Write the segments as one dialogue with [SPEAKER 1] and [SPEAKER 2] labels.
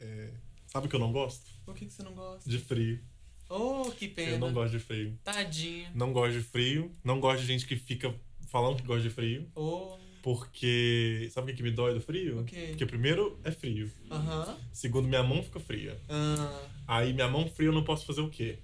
[SPEAKER 1] É, Sabe o que eu não gosto?
[SPEAKER 2] Por que, que você não gosta?
[SPEAKER 1] De frio.
[SPEAKER 2] Oh, que pena.
[SPEAKER 1] Eu não gosto de frio.
[SPEAKER 2] Tadinho.
[SPEAKER 1] Não gosto de frio. Não gosto de gente que fica falando que gosta de frio.
[SPEAKER 2] Oh,
[SPEAKER 1] Porque. Sabe o que, que me dói do frio?
[SPEAKER 2] O quê?
[SPEAKER 1] Porque primeiro é frio.
[SPEAKER 2] aham.
[SPEAKER 1] Segundo, minha mão fica fria.
[SPEAKER 2] Ah,
[SPEAKER 1] Aí minha mão fria eu não posso fazer o quê?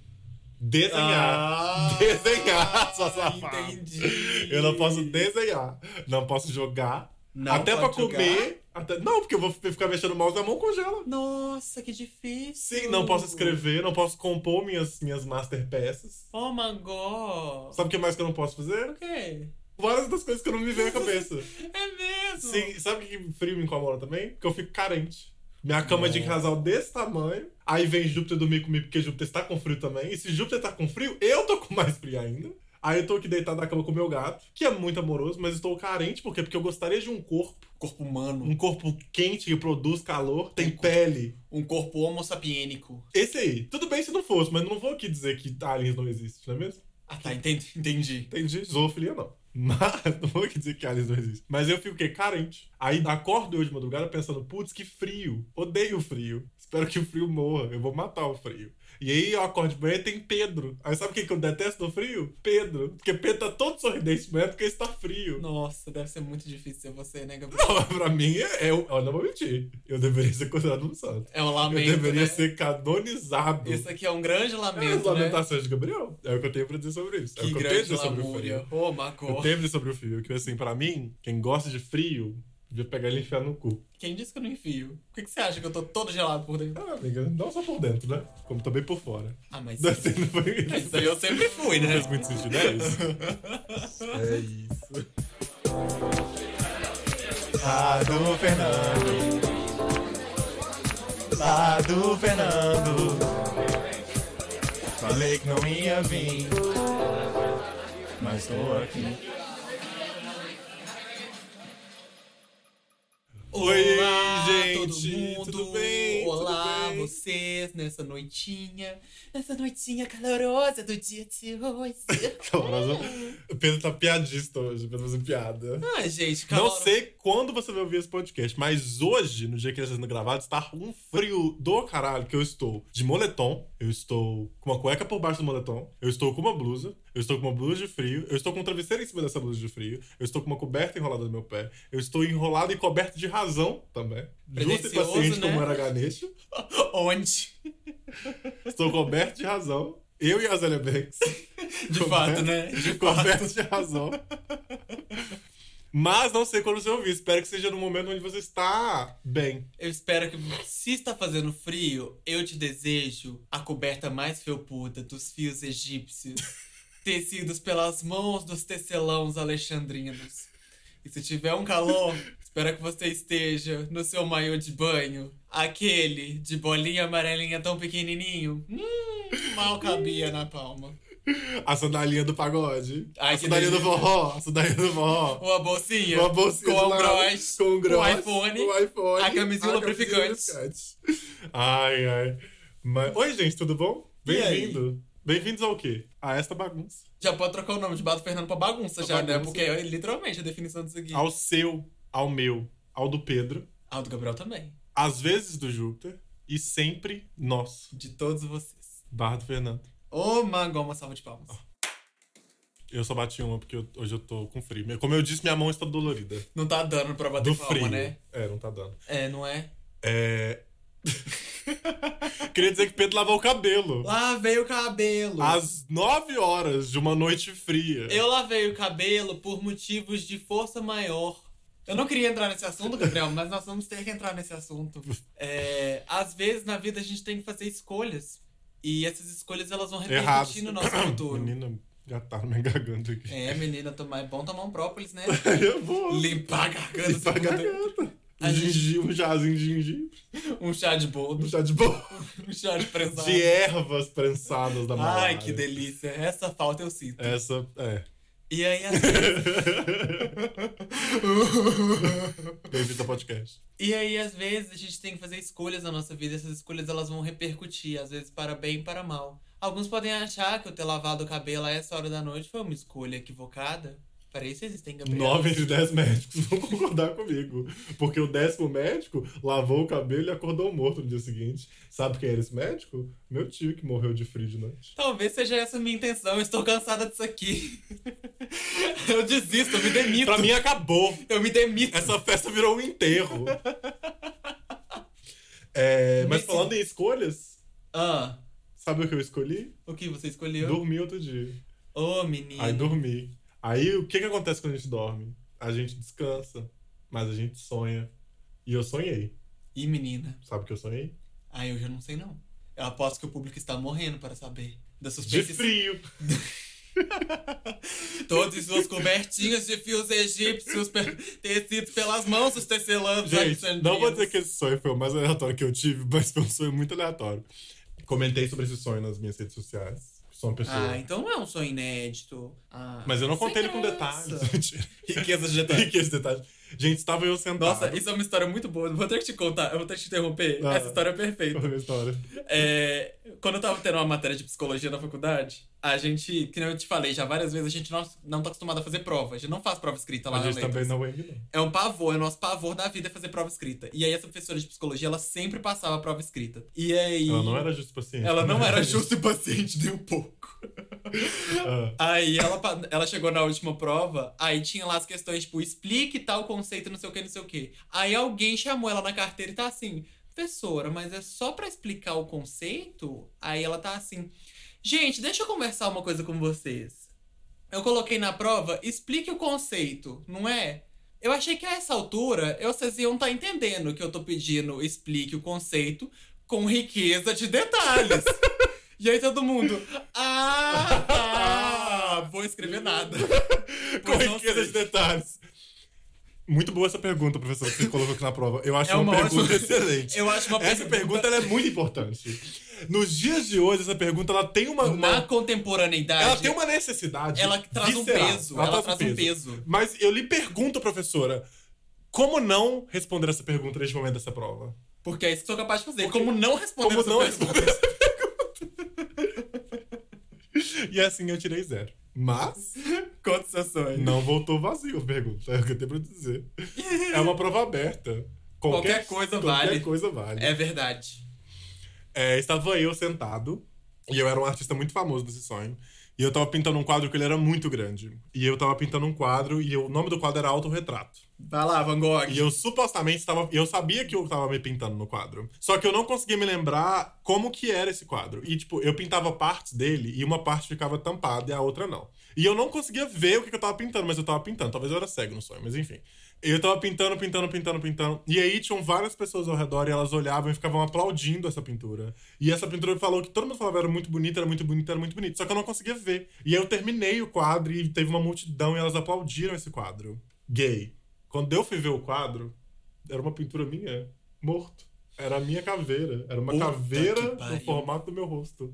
[SPEAKER 1] Desenhar.
[SPEAKER 2] Ah,
[SPEAKER 1] Desenhar, sua safada.
[SPEAKER 2] Entendi.
[SPEAKER 1] Eu não posso desenhar. Não posso jogar.
[SPEAKER 2] Não
[SPEAKER 1] até pra
[SPEAKER 2] pode jogar?
[SPEAKER 1] comer. até- Não, porque eu vou ficar mexendo o mouse e a mão congela.
[SPEAKER 2] Nossa, que difícil.
[SPEAKER 1] Sim, não posso escrever, não posso compor minhas, minhas masterpieces.
[SPEAKER 2] Oh, my God.
[SPEAKER 1] Sabe o que mais que eu não posso fazer?
[SPEAKER 2] O quê?
[SPEAKER 1] Várias das coisas que eu não me veio à cabeça.
[SPEAKER 2] É mesmo?
[SPEAKER 1] Sim, sabe o que frio me incomoda também? Que eu fico carente. Minha cama de casal desse tamanho, aí vem Júpiter dormir comigo porque Júpiter está com frio também. E se Júpiter tá com frio, eu tô com mais frio ainda. Aí eu tô aqui deitado na cama com o meu gato, que é muito amoroso, mas estou carente por quê? porque eu gostaria de um corpo,
[SPEAKER 2] Corpo humano.
[SPEAKER 1] um corpo quente que produz calor, tem
[SPEAKER 2] Tem co-
[SPEAKER 1] pele.
[SPEAKER 2] Um corpo homo sapiênico.
[SPEAKER 1] Esse aí. Tudo bem se não fosse, mas não vou aqui dizer que aliens não existem, não é mesmo?
[SPEAKER 2] Ah, tá. Entendi. entendi.
[SPEAKER 1] Entendi. Zoofilia não. Mas não vou dizer que aliens não existem. Mas eu fico o quê? Carente. Aí acordo eu de madrugada pensando, putz, que frio. Odeio o frio. Espero que o frio morra. Eu vou matar o frio. E aí eu acordo de manhã e tem Pedro. Aí sabe o que que eu detesto no frio? Pedro. Porque Pedro tá todo sorridente de manhã porque está frio.
[SPEAKER 2] Nossa, deve ser muito difícil ser você, né, Gabriel?
[SPEAKER 1] Não, pra mim é. é eu não vou mentir. Eu deveria ser considerado um santo.
[SPEAKER 2] É um
[SPEAKER 1] Eu
[SPEAKER 2] lamento,
[SPEAKER 1] deveria
[SPEAKER 2] né?
[SPEAKER 1] ser canonizado.
[SPEAKER 2] Esse aqui é um grande
[SPEAKER 1] É as
[SPEAKER 2] lamento, né?
[SPEAKER 1] lamentações de Gabriel. É o que eu tenho pra dizer sobre isso. é o
[SPEAKER 2] Que
[SPEAKER 1] que eu tenho pra
[SPEAKER 2] grande
[SPEAKER 1] dizer sobre o frio.
[SPEAKER 2] lamúria. Ô,
[SPEAKER 1] Eu
[SPEAKER 2] Macor.
[SPEAKER 1] tenho a dizer sobre o frio, que assim, pra mim, quem gosta de frio, devia pegar ele e enfiar no cu.
[SPEAKER 2] Quem disse que eu não enfio? Por que, que você acha que eu tô todo gelado por dentro?
[SPEAKER 1] Ah, amiga, não só por dentro, né? Como também por fora.
[SPEAKER 2] Ah, mas
[SPEAKER 1] Não, assim, não foi
[SPEAKER 2] mas isso aí eu sempre fui,
[SPEAKER 1] Não
[SPEAKER 2] né?
[SPEAKER 1] fez muito sentido, é isso? É isso.
[SPEAKER 3] Lá do Fernando. Lá do Fernando. Falei que não ia vir. Mas tô aqui.
[SPEAKER 1] Oi,
[SPEAKER 2] Olá,
[SPEAKER 1] gente,
[SPEAKER 2] todo mundo.
[SPEAKER 1] tudo bem? Tudo
[SPEAKER 2] Olá,
[SPEAKER 1] bem?
[SPEAKER 2] vocês, nessa noitinha. Nessa noitinha calorosa do dia de hoje.
[SPEAKER 1] Calorosa. O Pedro tá piadista hoje, Pedro fazendo piada.
[SPEAKER 2] ah, gente,
[SPEAKER 1] Não
[SPEAKER 2] calor...
[SPEAKER 1] sei quando você vai ouvir esse podcast, mas hoje, no dia que ele está sendo gravado, está um frio do caralho que eu estou de moletom, eu estou com uma cueca por baixo do moletom, eu estou com uma blusa, eu estou com uma blusa de frio, eu estou com um travesseiro em cima dessa blusa de frio, eu estou com uma coberta enrolada no meu pé, eu estou enrolado e coberto de razão também. Justo e
[SPEAKER 2] Pretencioso,
[SPEAKER 1] paciente
[SPEAKER 2] né?
[SPEAKER 1] como era Ganesha.
[SPEAKER 2] Onde?
[SPEAKER 1] Estou coberto de razão. Eu e a Zélia Banks.
[SPEAKER 2] De
[SPEAKER 1] é?
[SPEAKER 2] fato, né? De fato.
[SPEAKER 1] Coberto de razão. Mas não sei quando você ouvir. Espero que seja no momento onde você está bem.
[SPEAKER 2] Eu espero que, se está fazendo frio, eu te desejo a coberta mais felpuda dos fios egípcios, tecidos pelas mãos dos tecelãos alexandrinos. E se tiver um calor, espero que você esteja no seu maiô de banho, aquele de bolinha amarelinha tão pequenininho, hum, mal cabia na palma.
[SPEAKER 1] A sandalinha do pagode.
[SPEAKER 2] Ai,
[SPEAKER 1] a
[SPEAKER 2] que
[SPEAKER 1] sandalinha do
[SPEAKER 2] delícia.
[SPEAKER 1] forró. A sandalinha do forró.
[SPEAKER 2] Ou a bolsinha,
[SPEAKER 1] Uma bolsinha
[SPEAKER 2] com
[SPEAKER 1] do
[SPEAKER 2] o
[SPEAKER 1] lado,
[SPEAKER 2] gross,
[SPEAKER 1] com o gross, um
[SPEAKER 2] o iPhone,
[SPEAKER 1] o iPhone,
[SPEAKER 2] a camisinha lubrificante.
[SPEAKER 1] lubrificante. Ai, ai. Mas... Oi, gente, tudo bom?
[SPEAKER 2] E aí?
[SPEAKER 1] Bem-vindo. Bem-vindos ao quê? A esta bagunça.
[SPEAKER 2] Já pode trocar o nome de Bato Fernando pra bagunça,
[SPEAKER 1] Pra
[SPEAKER 2] já, né?
[SPEAKER 1] bagunça.
[SPEAKER 2] Porque é literalmente a definição disso aqui.
[SPEAKER 1] Ao seu, ao meu, ao do Pedro,
[SPEAKER 2] Ah, o do Gabriel também.
[SPEAKER 1] às vezes do Júpiter e sempre nós.
[SPEAKER 2] De todos vocês.
[SPEAKER 1] Barra do Fernando.
[SPEAKER 2] Ô, Mangol, uma salva de palmas.
[SPEAKER 1] Eu só bati uma porque eu- hoje eu tô com frio. Como eu disse, minha mão está dolorida.
[SPEAKER 2] Não tá dando pra bater
[SPEAKER 1] Do
[SPEAKER 2] palma,
[SPEAKER 1] frio.
[SPEAKER 2] né?
[SPEAKER 1] É, não tá dando.
[SPEAKER 2] É, não é?
[SPEAKER 1] É. Queria dizer que Pedro lavou o cabelo.
[SPEAKER 2] Lavei o cabelo.
[SPEAKER 1] Às 9 horas de uma noite fria.
[SPEAKER 2] Eu lavei o cabelo por motivos de força maior. Eu não queria entrar nesse assunto, Gabriel, mas nós vamos ter que entrar nesse assunto. É, às vezes na vida a gente tem que fazer escolhas. E essas escolhas elas vão repercutir
[SPEAKER 1] Errado.
[SPEAKER 2] no nosso futuro.
[SPEAKER 1] Menina, gataram minha garganta aqui.
[SPEAKER 2] É, menina, tomar- é bom tomar um própolis, né?
[SPEAKER 1] Eu vou.
[SPEAKER 2] Limpar a garganta.
[SPEAKER 1] Limpar a garganta.
[SPEAKER 2] A
[SPEAKER 1] Um,
[SPEAKER 2] gente-
[SPEAKER 1] gengi- um chazinho de gengibre.
[SPEAKER 2] Um chá de boldo,
[SPEAKER 1] Um chá de boa.
[SPEAKER 2] um chá de prensado.
[SPEAKER 1] De ervas prensadas da malária.
[SPEAKER 2] Ai, que delícia. Essa falta eu sinto.
[SPEAKER 1] Essa, é.
[SPEAKER 2] E aí, às...
[SPEAKER 1] Bem-vindo ao podcast.
[SPEAKER 2] e aí, às vezes, a gente tem que fazer escolhas na nossa vida. Essas escolhas, elas vão repercutir. Às vezes, para bem e para mal. Alguns podem achar que eu ter lavado o cabelo a essa hora da noite foi uma escolha equivocada. Para isso existem Gabriel.
[SPEAKER 1] Nove de dez médicos vão concordar comigo. Porque o décimo médico lavou o cabelo e acordou morto no dia seguinte. Sabe quem era esse médico? Meu tio que morreu de frio de noite.
[SPEAKER 2] Talvez seja essa a minha intenção. Eu estou cansada disso aqui. eu desisto, eu me demito.
[SPEAKER 1] Pra mim acabou.
[SPEAKER 2] Eu me demito.
[SPEAKER 1] Essa festa virou um enterro. É, mas
[SPEAKER 2] Nesse-
[SPEAKER 1] falando em escolhas,
[SPEAKER 2] Ah,
[SPEAKER 1] sabe o que eu escolhi?
[SPEAKER 2] o que você escolheu?
[SPEAKER 1] Dormi outro dia.
[SPEAKER 2] Ô, menino.
[SPEAKER 1] Aí dormi. Aí o que, que acontece quando a gente dorme? A gente descansa, mas a gente sonha. E eu sonhei.
[SPEAKER 2] Ih, menina.
[SPEAKER 1] Sabe o que eu sonhei?
[SPEAKER 2] Ah, eu já não sei, não. Eu aposto que o público está morrendo para saber. Das
[SPEAKER 1] De
[SPEAKER 2] suspeitas.
[SPEAKER 1] frio.
[SPEAKER 2] Todas suas cobertinhas de fios egípcios pe- tecidos pelas mãos dos tecelanos.
[SPEAKER 1] Gente, não vou dizer que esse sonho foi o mais aleatório que eu tive, mas foi um sonho muito aleatório. Comentei sobre esse sonho nas minhas redes sociais. Sou uma pessoa.
[SPEAKER 2] Ah, então não é um sonho inédito. Ah,
[SPEAKER 1] mas eu não
[SPEAKER 2] sem
[SPEAKER 1] contei ele com
[SPEAKER 2] graça.
[SPEAKER 1] detalhes. Mentira.
[SPEAKER 2] Riquezas de detalhes.
[SPEAKER 1] Riqueza de detalhes. Gente, estava eu sentado.
[SPEAKER 2] Nossa, isso é uma história muito boa. Vou ter que te contar, eu vou ter que te interromper.
[SPEAKER 1] Ah.
[SPEAKER 2] Essa história é perfeita.
[SPEAKER 1] Conta a minha história.
[SPEAKER 2] É, quando eu tava tendo uma matéria de psicologia na faculdade, a gente, que nem eu te falei já várias vezes, a gente não, não tá acostumado a fazer prova. A gente não faz prova escrita lá
[SPEAKER 1] a
[SPEAKER 2] na
[SPEAKER 1] gente
[SPEAKER 2] Letras.
[SPEAKER 1] também não é não.
[SPEAKER 2] É um pavor, é o nosso pavor da vida é fazer prova escrita. E aí essa professora de psicologia, ela sempre passava a prova escrita. E aí...
[SPEAKER 1] Ela não era justa né? paciente.
[SPEAKER 2] Ela não era justa e paciente nem um pouco.
[SPEAKER 1] Ah,
[SPEAKER 2] Aí ela, pa- ela chegou na última prova, aí tinha lá as questões, tipo, explique tal conceito, não sei o que, não sei o que. Aí alguém chamou ela na carteira e tá assim, professora, mas é só pra explicar o conceito? Aí ela tá assim, gente, deixa eu conversar uma coisa com vocês. Eu coloquei na prova, explique o conceito, não é? Eu achei que a essa altura eu- vocês iam estar entendendo que eu tô pedindo explique o conceito com riqueza de detalhes. e aí todo mundo, ah, tá, vou escrever nada.
[SPEAKER 1] com
[SPEAKER 2] Pois não
[SPEAKER 1] riqueza
[SPEAKER 2] sei.
[SPEAKER 1] de é detalhes. Muito boa essa pergunta, professor, que você colocou aqui na prova. Eu acho
[SPEAKER 2] É
[SPEAKER 1] uma,
[SPEAKER 2] uma
[SPEAKER 1] pergunta
[SPEAKER 2] ótima-
[SPEAKER 1] excelente.
[SPEAKER 2] Eu acho uma
[SPEAKER 1] Essa pergunta ela é muito importante. Nos dias de hoje, essa pergunta ela tem uma. é uma-
[SPEAKER 2] na contemporaneidade.
[SPEAKER 1] Ela tem um uma necessidade.
[SPEAKER 2] ela traz um
[SPEAKER 1] visceral.
[SPEAKER 2] peso, ela, traz um peso.
[SPEAKER 1] Mas eu lhe pergunto, professora, como não responder essa pergunta neste momento dessa prova?
[SPEAKER 2] Porque é isso que sou capaz de fazer. Como não responder
[SPEAKER 1] Como
[SPEAKER 2] essa
[SPEAKER 1] não
[SPEAKER 2] pergunta.
[SPEAKER 1] responder essa pergunta? e assim eu tirei zero. Mas
[SPEAKER 2] Quantos seus sonhos?
[SPEAKER 1] não voltou vazio a pergunta, é o que eu tenho pra dizer. É uma prova aberta.
[SPEAKER 2] Qualquer coisa vale.
[SPEAKER 1] Qualquer coisa vale.
[SPEAKER 2] É verdade.
[SPEAKER 1] É, estava eu sentado, e eu era um artista muito famoso desse sonho. E eu tava pintando um quadro que ele era muito grande. E eu tava pintando um quadro, e eu- o nome do quadro era Autorretrato.
[SPEAKER 2] Vai lá, Van Gogh.
[SPEAKER 1] E eu supostamente estava. Eu sabia que eu estava me pintando no quadro. Só que eu não conseguia me lembrar como que era esse quadro. E, tipo, eu pintava partes dele e uma parte ficava tampada e a outra não. E eu não conseguia ver o que, que eu tava pintando, mas eu tava pintando. Talvez eu era cego no sonho, mas enfim. Eu tava pintando, pintando, pintando, pintando. E aí tinham várias pessoas ao redor e elas olhavam e ficavam aplaudindo essa pintura. E essa pintura falou que todo mundo falava era muito bonita, era muito bonita, era muito bonita. Só que eu não conseguia ver. E aí eu terminei o quadro e teve uma multidão e elas aplaudiram esse quadro. Gay. Quando eu fui ver o quadro, era uma pintura minha, morto. Era a minha caveira. Era uma
[SPEAKER 2] Puta
[SPEAKER 1] caveira
[SPEAKER 2] que pariu.
[SPEAKER 1] no formato do meu rosto.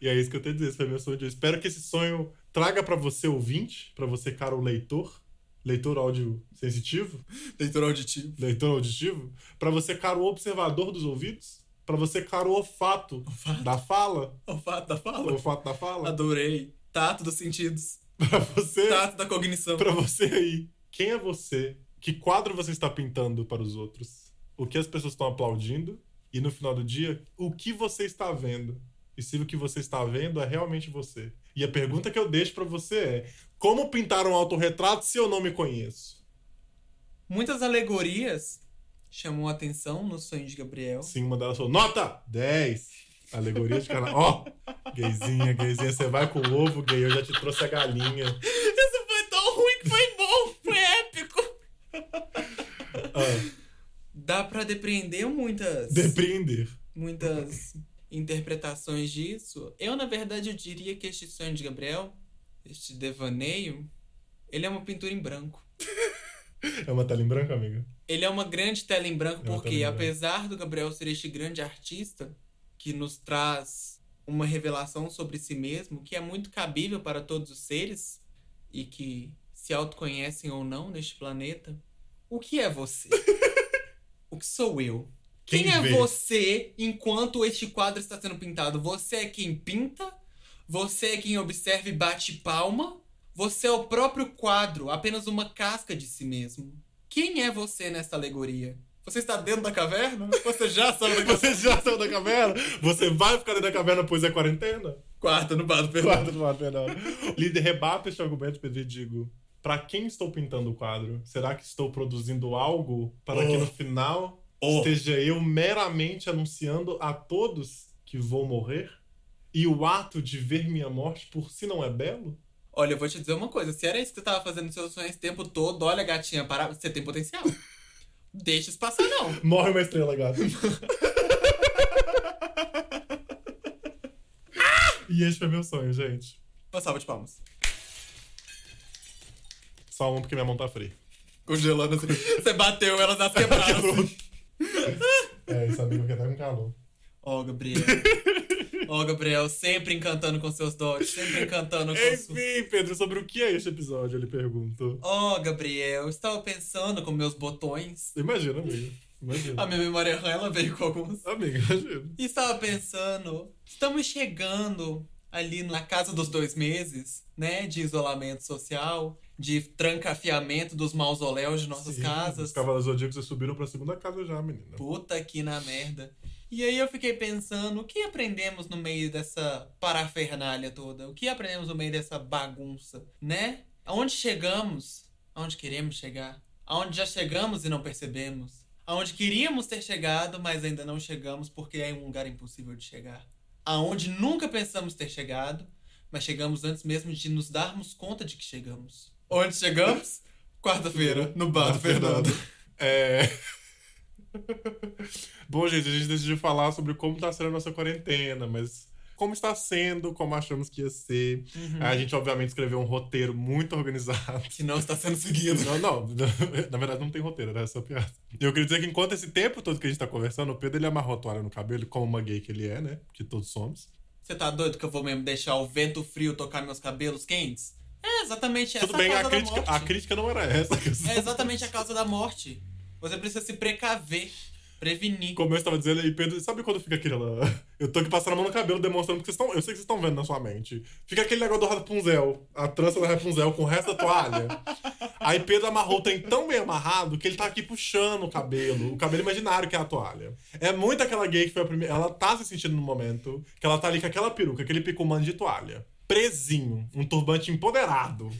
[SPEAKER 1] E é isso que eu tenho a dizer. Esse foi meu sonho de hoje. Espero que esse sonho traga pra você ouvinte, pra você, caro leitor, leitor áudio sensitivo,
[SPEAKER 2] Leitor auditivo.
[SPEAKER 1] leitor auditivo, pra você, caro observador dos ouvidos, pra você, caro olfato da fala,
[SPEAKER 2] Olfato da fala.
[SPEAKER 1] olfato tá da fala,
[SPEAKER 2] Adorei. Tato dos sentidos.
[SPEAKER 1] pra você,
[SPEAKER 2] Tato da cognição.
[SPEAKER 1] pra você aí. Quem é você? Que quadro você está pintando para os outros? O que as pessoas estão aplaudindo? E no final do dia, o que você está vendo? E se o que você está vendo é realmente você? E a pergunta que eu deixo pra você é: como pintar um autorretrato se eu não me conheço?
[SPEAKER 2] Muitas alegorias chamam a atenção no sonho de Gabriel.
[SPEAKER 1] Sim, Assim, uma delas falou: Nota 10! Alegoria de canal. Ó, gayzinha, gayzinha, você vai com o ovo, gay, eu já te trouxe a galinha.
[SPEAKER 2] Isso foi tão ruim que foi bom. Foi épico.
[SPEAKER 1] Ah,
[SPEAKER 2] Dá pra depreender muitas...
[SPEAKER 1] depreender.
[SPEAKER 2] muitas interpretações disso. Eu, na verdade, eu diria que este sonho de Gabriel, este devaneio, ele é uma pintura em branco.
[SPEAKER 1] É uma tela em branco, amiga?
[SPEAKER 2] Ele é uma grande tela em branco
[SPEAKER 1] É uma
[SPEAKER 2] porque,
[SPEAKER 1] tela em branco.
[SPEAKER 2] apesar do Gabriel ser este grande artista que nos traz uma revelação sobre si mesmo, que é muito cabível para todos os seres e que se autoconhecem ou não neste planeta, o que é você? o que sou eu? Quem, é
[SPEAKER 1] vê?
[SPEAKER 2] você enquanto este quadro está sendo pintado? Você é quem pinta? Você é quem observa e bate palma? Você é o próprio quadro, apenas uma casca de si mesmo. Quem é você nesta alegoria? Você está dentro da caverna? Você já saiu da
[SPEAKER 1] Você já saiu da caverna? Você vai ficar dentro da caverna, pois é quarentena?
[SPEAKER 2] quarta no bar do Fernando.
[SPEAKER 1] Quadro do Apenal. Líder, rebato este argumento, Pedro, e digo: pra quem estou pintando o quadro? Será que estou produzindo algo para que
[SPEAKER 2] Oh.
[SPEAKER 1] no final
[SPEAKER 2] Oh.
[SPEAKER 1] esteja eu meramente anunciando a todos que vou morrer? E o ato de ver minha morte por si não é belo?
[SPEAKER 2] Olha, eu vou te dizer uma coisa. Se era isso que você tava fazendo nos seus sonhos esse tempo todo, olha, gatinha, para... você tem potencial. Deixa isso passar, não.
[SPEAKER 1] Morre uma estrela, gato. e este foi meu sonho, gente.
[SPEAKER 2] Uma salva de palmas.
[SPEAKER 1] Só um porque minha mão tá fria.
[SPEAKER 2] Congelando assim. Você bateu, elas as quebraram.
[SPEAKER 1] Quebrou. É, esse amigo aqui tá com calor.
[SPEAKER 2] Ó, Gabriel. Ó, Gabriel, sempre encantando com seus dotes, sempre encantando com sua...
[SPEAKER 1] Enfim, Pedro, sobre o que é este episódio? Ele perguntou.
[SPEAKER 2] Ó, Gabriel, estava pensando com meus botões.
[SPEAKER 1] Imagina, amigo.
[SPEAKER 2] A
[SPEAKER 1] Imagina.
[SPEAKER 2] minha memória RAM, ela veio com alguns.
[SPEAKER 1] Amigo, imagina.
[SPEAKER 2] E estava pensando, estamos chegando ali na casa dos dois meses, né? De isolamento social, de trancafiamento dos mausoléus de nossas
[SPEAKER 1] Sim,
[SPEAKER 2] casas.
[SPEAKER 1] Os cavalos zodíacos subiram pra segunda casa já, menina.
[SPEAKER 2] Puta que na merda. E aí eu fiquei pensando, o que aprendemos no meio dessa parafernália toda? O que aprendemos no meio dessa bagunça, né? Aonde chegamos? Aonde queremos chegar? Aonde já chegamos e não percebemos? Aonde queríamos ter chegado, mas ainda não chegamos porque é um lugar impossível de chegar? Aonde nunca pensamos ter chegado, mas chegamos antes mesmo de nos darmos conta de que chegamos. Onde chegamos? Quarta-feira, no bar do Fernando.
[SPEAKER 1] É. Bom, gente, a gente decidiu falar sobre como tá sendo a nossa quarentena, mas como está sendo, como achamos que ia ser.
[SPEAKER 2] Uhum.
[SPEAKER 1] A gente, obviamente, escreveu um roteiro muito organizado.
[SPEAKER 2] Que não está sendo seguido.
[SPEAKER 1] Não, não. Na verdade, não tem roteiro, né? É só piada. Eu queria dizer que enquanto esse tempo todo que a gente tá conversando, o Pedro ele amarrou a toalha no cabelo, como uma gay que ele é, né? Que todos somos.
[SPEAKER 2] Você tá doido que eu vou mesmo deixar o vento frio tocar meus cabelos quentes? É exatamente essa
[SPEAKER 1] Tudo bem,
[SPEAKER 2] a
[SPEAKER 1] a
[SPEAKER 2] causa da
[SPEAKER 1] crítica, a
[SPEAKER 2] morte.
[SPEAKER 1] crítica não era essa. Que eu
[SPEAKER 2] É exatamente a causa da morte. Você precisa se precaver, prevenir.
[SPEAKER 1] Como eu estava dizendo, aí Pedro, sabe quando fica aquele. Eu tô aqui passando a mão no cabelo, demonstrando que vocês estão. Eu sei que vocês estão vendo na sua mente. Fica aquele negócio do Rapunzel, a trança do Rapunzel com o resto da toalha. Aí Pedro amarrou, tem tão bem amarrado que ele tá aqui puxando o cabelo, o cabelo imaginário que é a toalha. É muito aquela gay que foi a primeira. Ela tá se sentindo no momento que ela tá ali com aquela peruca, aquele picumano de toalha. Presinho, um turbante empoderado.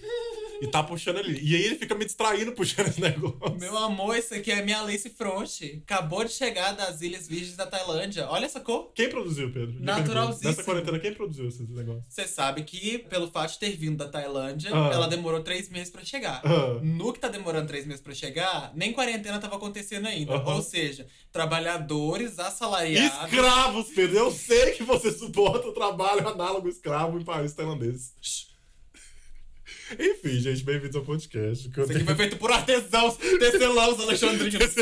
[SPEAKER 1] E tá puxando ali. E aí ele fica me distraindo puxando esse negócio.
[SPEAKER 2] Meu amor, isso aqui é minha Alice Frost. Acabou de chegar das Ilhas Virgens da Tailândia. Olha essa cor.
[SPEAKER 1] Quem produziu, Pedro? Me
[SPEAKER 2] Naturalzíssimo.
[SPEAKER 1] pergunto. Nessa quarentena, quem produziu esse negócio?
[SPEAKER 2] Você sabe que, pelo fato de ter vindo da Tailândia,
[SPEAKER 1] Ah.
[SPEAKER 2] ela demorou três meses pra chegar.
[SPEAKER 1] Ah.
[SPEAKER 2] No que tá demorando três meses pra chegar, nem quarentena tava acontecendo ainda.
[SPEAKER 1] Aham.
[SPEAKER 2] Ou seja, trabalhadores assalariados.
[SPEAKER 1] Escravos, Pedro. Eu sei que você suporta o trabalho análogo escravo em países tailandeses. Enfim, gente, bem-vindos ao podcast. Que eu
[SPEAKER 2] Isso aqui
[SPEAKER 1] tenho...
[SPEAKER 2] foi feito por artesãos, tecelãos, alexandrinos.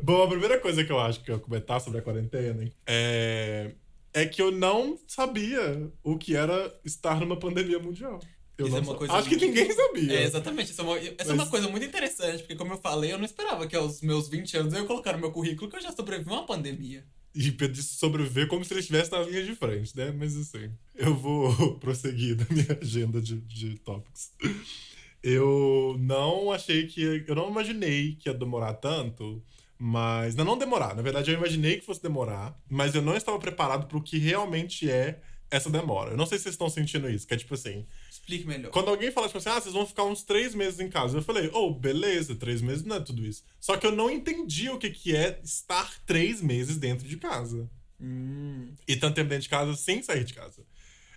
[SPEAKER 1] Bom, a primeira coisa que eu acho que eu ia comentar sobre a quarentena é... é que eu não sabia o que era estar numa pandemia mundial. Eu
[SPEAKER 2] Isso
[SPEAKER 1] não
[SPEAKER 2] é uma
[SPEAKER 1] sa-
[SPEAKER 2] coisa
[SPEAKER 1] acho que
[SPEAKER 2] muito-
[SPEAKER 1] ninguém sabia.
[SPEAKER 2] É, exatamente. Isso é, uma, essa é uma
[SPEAKER 1] Mas-
[SPEAKER 2] coisa muito interessante, porque como eu falei, eu não esperava que aos meus 20 anos eu ia colocar no meu currículo que eu já sobrevivi a uma pandemia.
[SPEAKER 1] E Pedro disse sobreviver como se ele estivesse na linha de frente, né? Mas assim, eu vou prosseguir da minha agenda de, de tópicos. Eu não achei que. Eu não imaginei que ia demorar tanto, mas. Não, não demorar. Na verdade, eu imaginei que fosse demorar, mas eu não estava preparado para o que realmente é essa demora. Eu não sei se vocês estão sentindo isso, que é tipo assim.
[SPEAKER 2] Explique melhor.
[SPEAKER 1] Quando alguém fala, tipo assim, ah, vocês vão ficar uns três meses em casa. Eu falei, oh, beleza, três meses não é tudo isso. Só que eu não entendi o que, que é estar três meses dentro de casa.
[SPEAKER 2] Hum,
[SPEAKER 1] E tanto tempo dentro de casa sem sair de casa.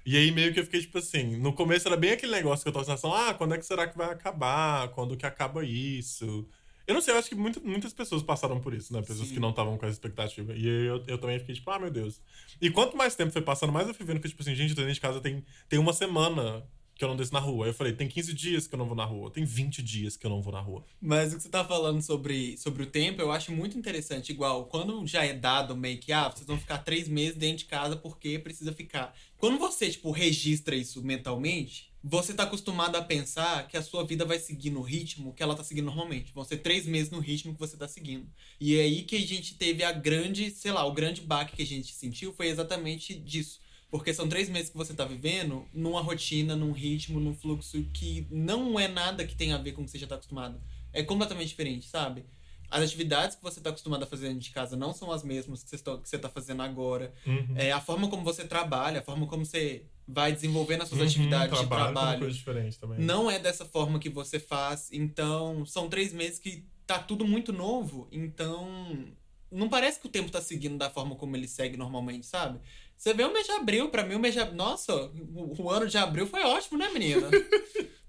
[SPEAKER 1] E aí meio que eu fiquei, tipo assim, no começo era bem aquele negócio que eu tava sensação, ah, quando é que será que vai acabar? Quando que acaba isso? Eu não sei, eu acho que muito- muitas pessoas passaram por isso, né? Pessoas
[SPEAKER 2] Sim.
[SPEAKER 1] que não estavam com essa expectativa. E aí eu, eu também fiquei, tipo, ah, meu Deus. E quanto mais tempo foi passando, mais eu fui vendo que, tipo assim, gente, eu tô dentro de casa tem, tem uma semana que eu não desço na rua. Aí eu falei, tem 15 dias que eu não vou na rua, tem 20 dias que eu não vou na rua.
[SPEAKER 2] Mas o que você tá falando sobre, sobre o tempo, eu acho muito interessante. Igual, quando já é dado meio que, ah, vocês vão ficar três meses dentro de casa porque precisa ficar. Quando você, tipo, registra isso mentalmente, você tá acostumado a pensar que a sua vida vai seguir no ritmo que ela tá seguindo normalmente. Vão ser três meses no ritmo que você tá seguindo. E é aí que a gente teve a grande, sei lá, o grande baque que a gente sentiu foi exatamente disso. Porque são três meses que você tá vivendo numa rotina, num ritmo, num fluxo que não é nada que tem a ver com o que você já tá acostumado. É completamente diferente, sabe? As atividades que você tá acostumado a fazer dentro de casa não são as mesmas que você tá, que você tá fazendo agora.
[SPEAKER 1] Uhum.
[SPEAKER 2] É, a forma como você trabalha, a forma como você vai desenvolvendo as suas atividades
[SPEAKER 1] Uhum,
[SPEAKER 2] de
[SPEAKER 1] trabalho, é uma
[SPEAKER 2] trabalho
[SPEAKER 1] coisa diferente também.
[SPEAKER 2] não é dessa forma que você faz. Então, são três meses que tá tudo muito novo. Então, não parece que o tempo tá seguindo da forma como ele segue normalmente, sabe? Você vê o mês de abril, pra mim o mês de abril... Nossa, o o ano de abril foi ótimo, né, menina?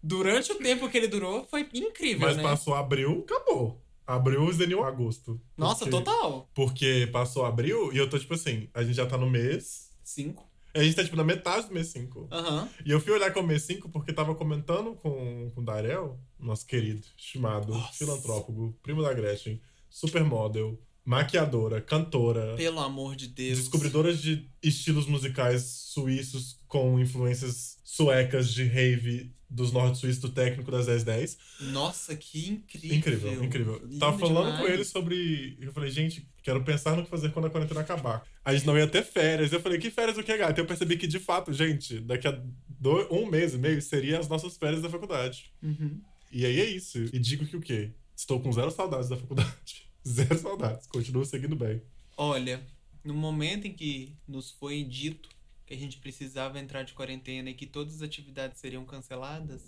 [SPEAKER 2] Durante o tempo que ele durou, foi incrível,
[SPEAKER 1] Mas
[SPEAKER 2] né?
[SPEAKER 1] passou abril, acabou. Abril e zeniu agosto.
[SPEAKER 2] Nossa,
[SPEAKER 1] Porque-
[SPEAKER 2] total.
[SPEAKER 1] Porque passou abril e eu tô tipo assim, a gente já tá no mês.
[SPEAKER 2] Cinco.
[SPEAKER 1] A gente tá tipo na metade do mês 5.
[SPEAKER 2] Aham.
[SPEAKER 1] E eu fui olhar com o mês 5 porque tava comentando com, com o Darel, nosso querido, estimado,
[SPEAKER 2] Nossa.
[SPEAKER 1] filantrópico, primo da Gretchen, supermodel, maquiadora, cantora,
[SPEAKER 2] Pelo amor de Deus.
[SPEAKER 1] descobridora de estilos musicais suíços com influências suecas de rave dos norte suíços do técnico das 1010.
[SPEAKER 2] Nossa, que incrível.
[SPEAKER 1] Incrível, incrível.
[SPEAKER 2] Lindo
[SPEAKER 1] Tava falando com
[SPEAKER 2] demais.
[SPEAKER 1] ele sobre. Eu falei, gente, quero pensar no que fazer quando a quarentena acabar. A gente não ia ter férias. Eu falei, que férias o que, gata? Eu percebi que, de fato, gente, daqui a do- um mês e meio seria as nossas férias da faculdade.
[SPEAKER 2] Uhum.
[SPEAKER 1] E aí é isso. E digo que o quê? Estou com zero saudades da faculdade. Zero saudades. Continuo seguindo bem.
[SPEAKER 2] Olha, no momento em que nos foi dito que a gente precisava entrar de quarentena e que todas as atividades seriam canceladas,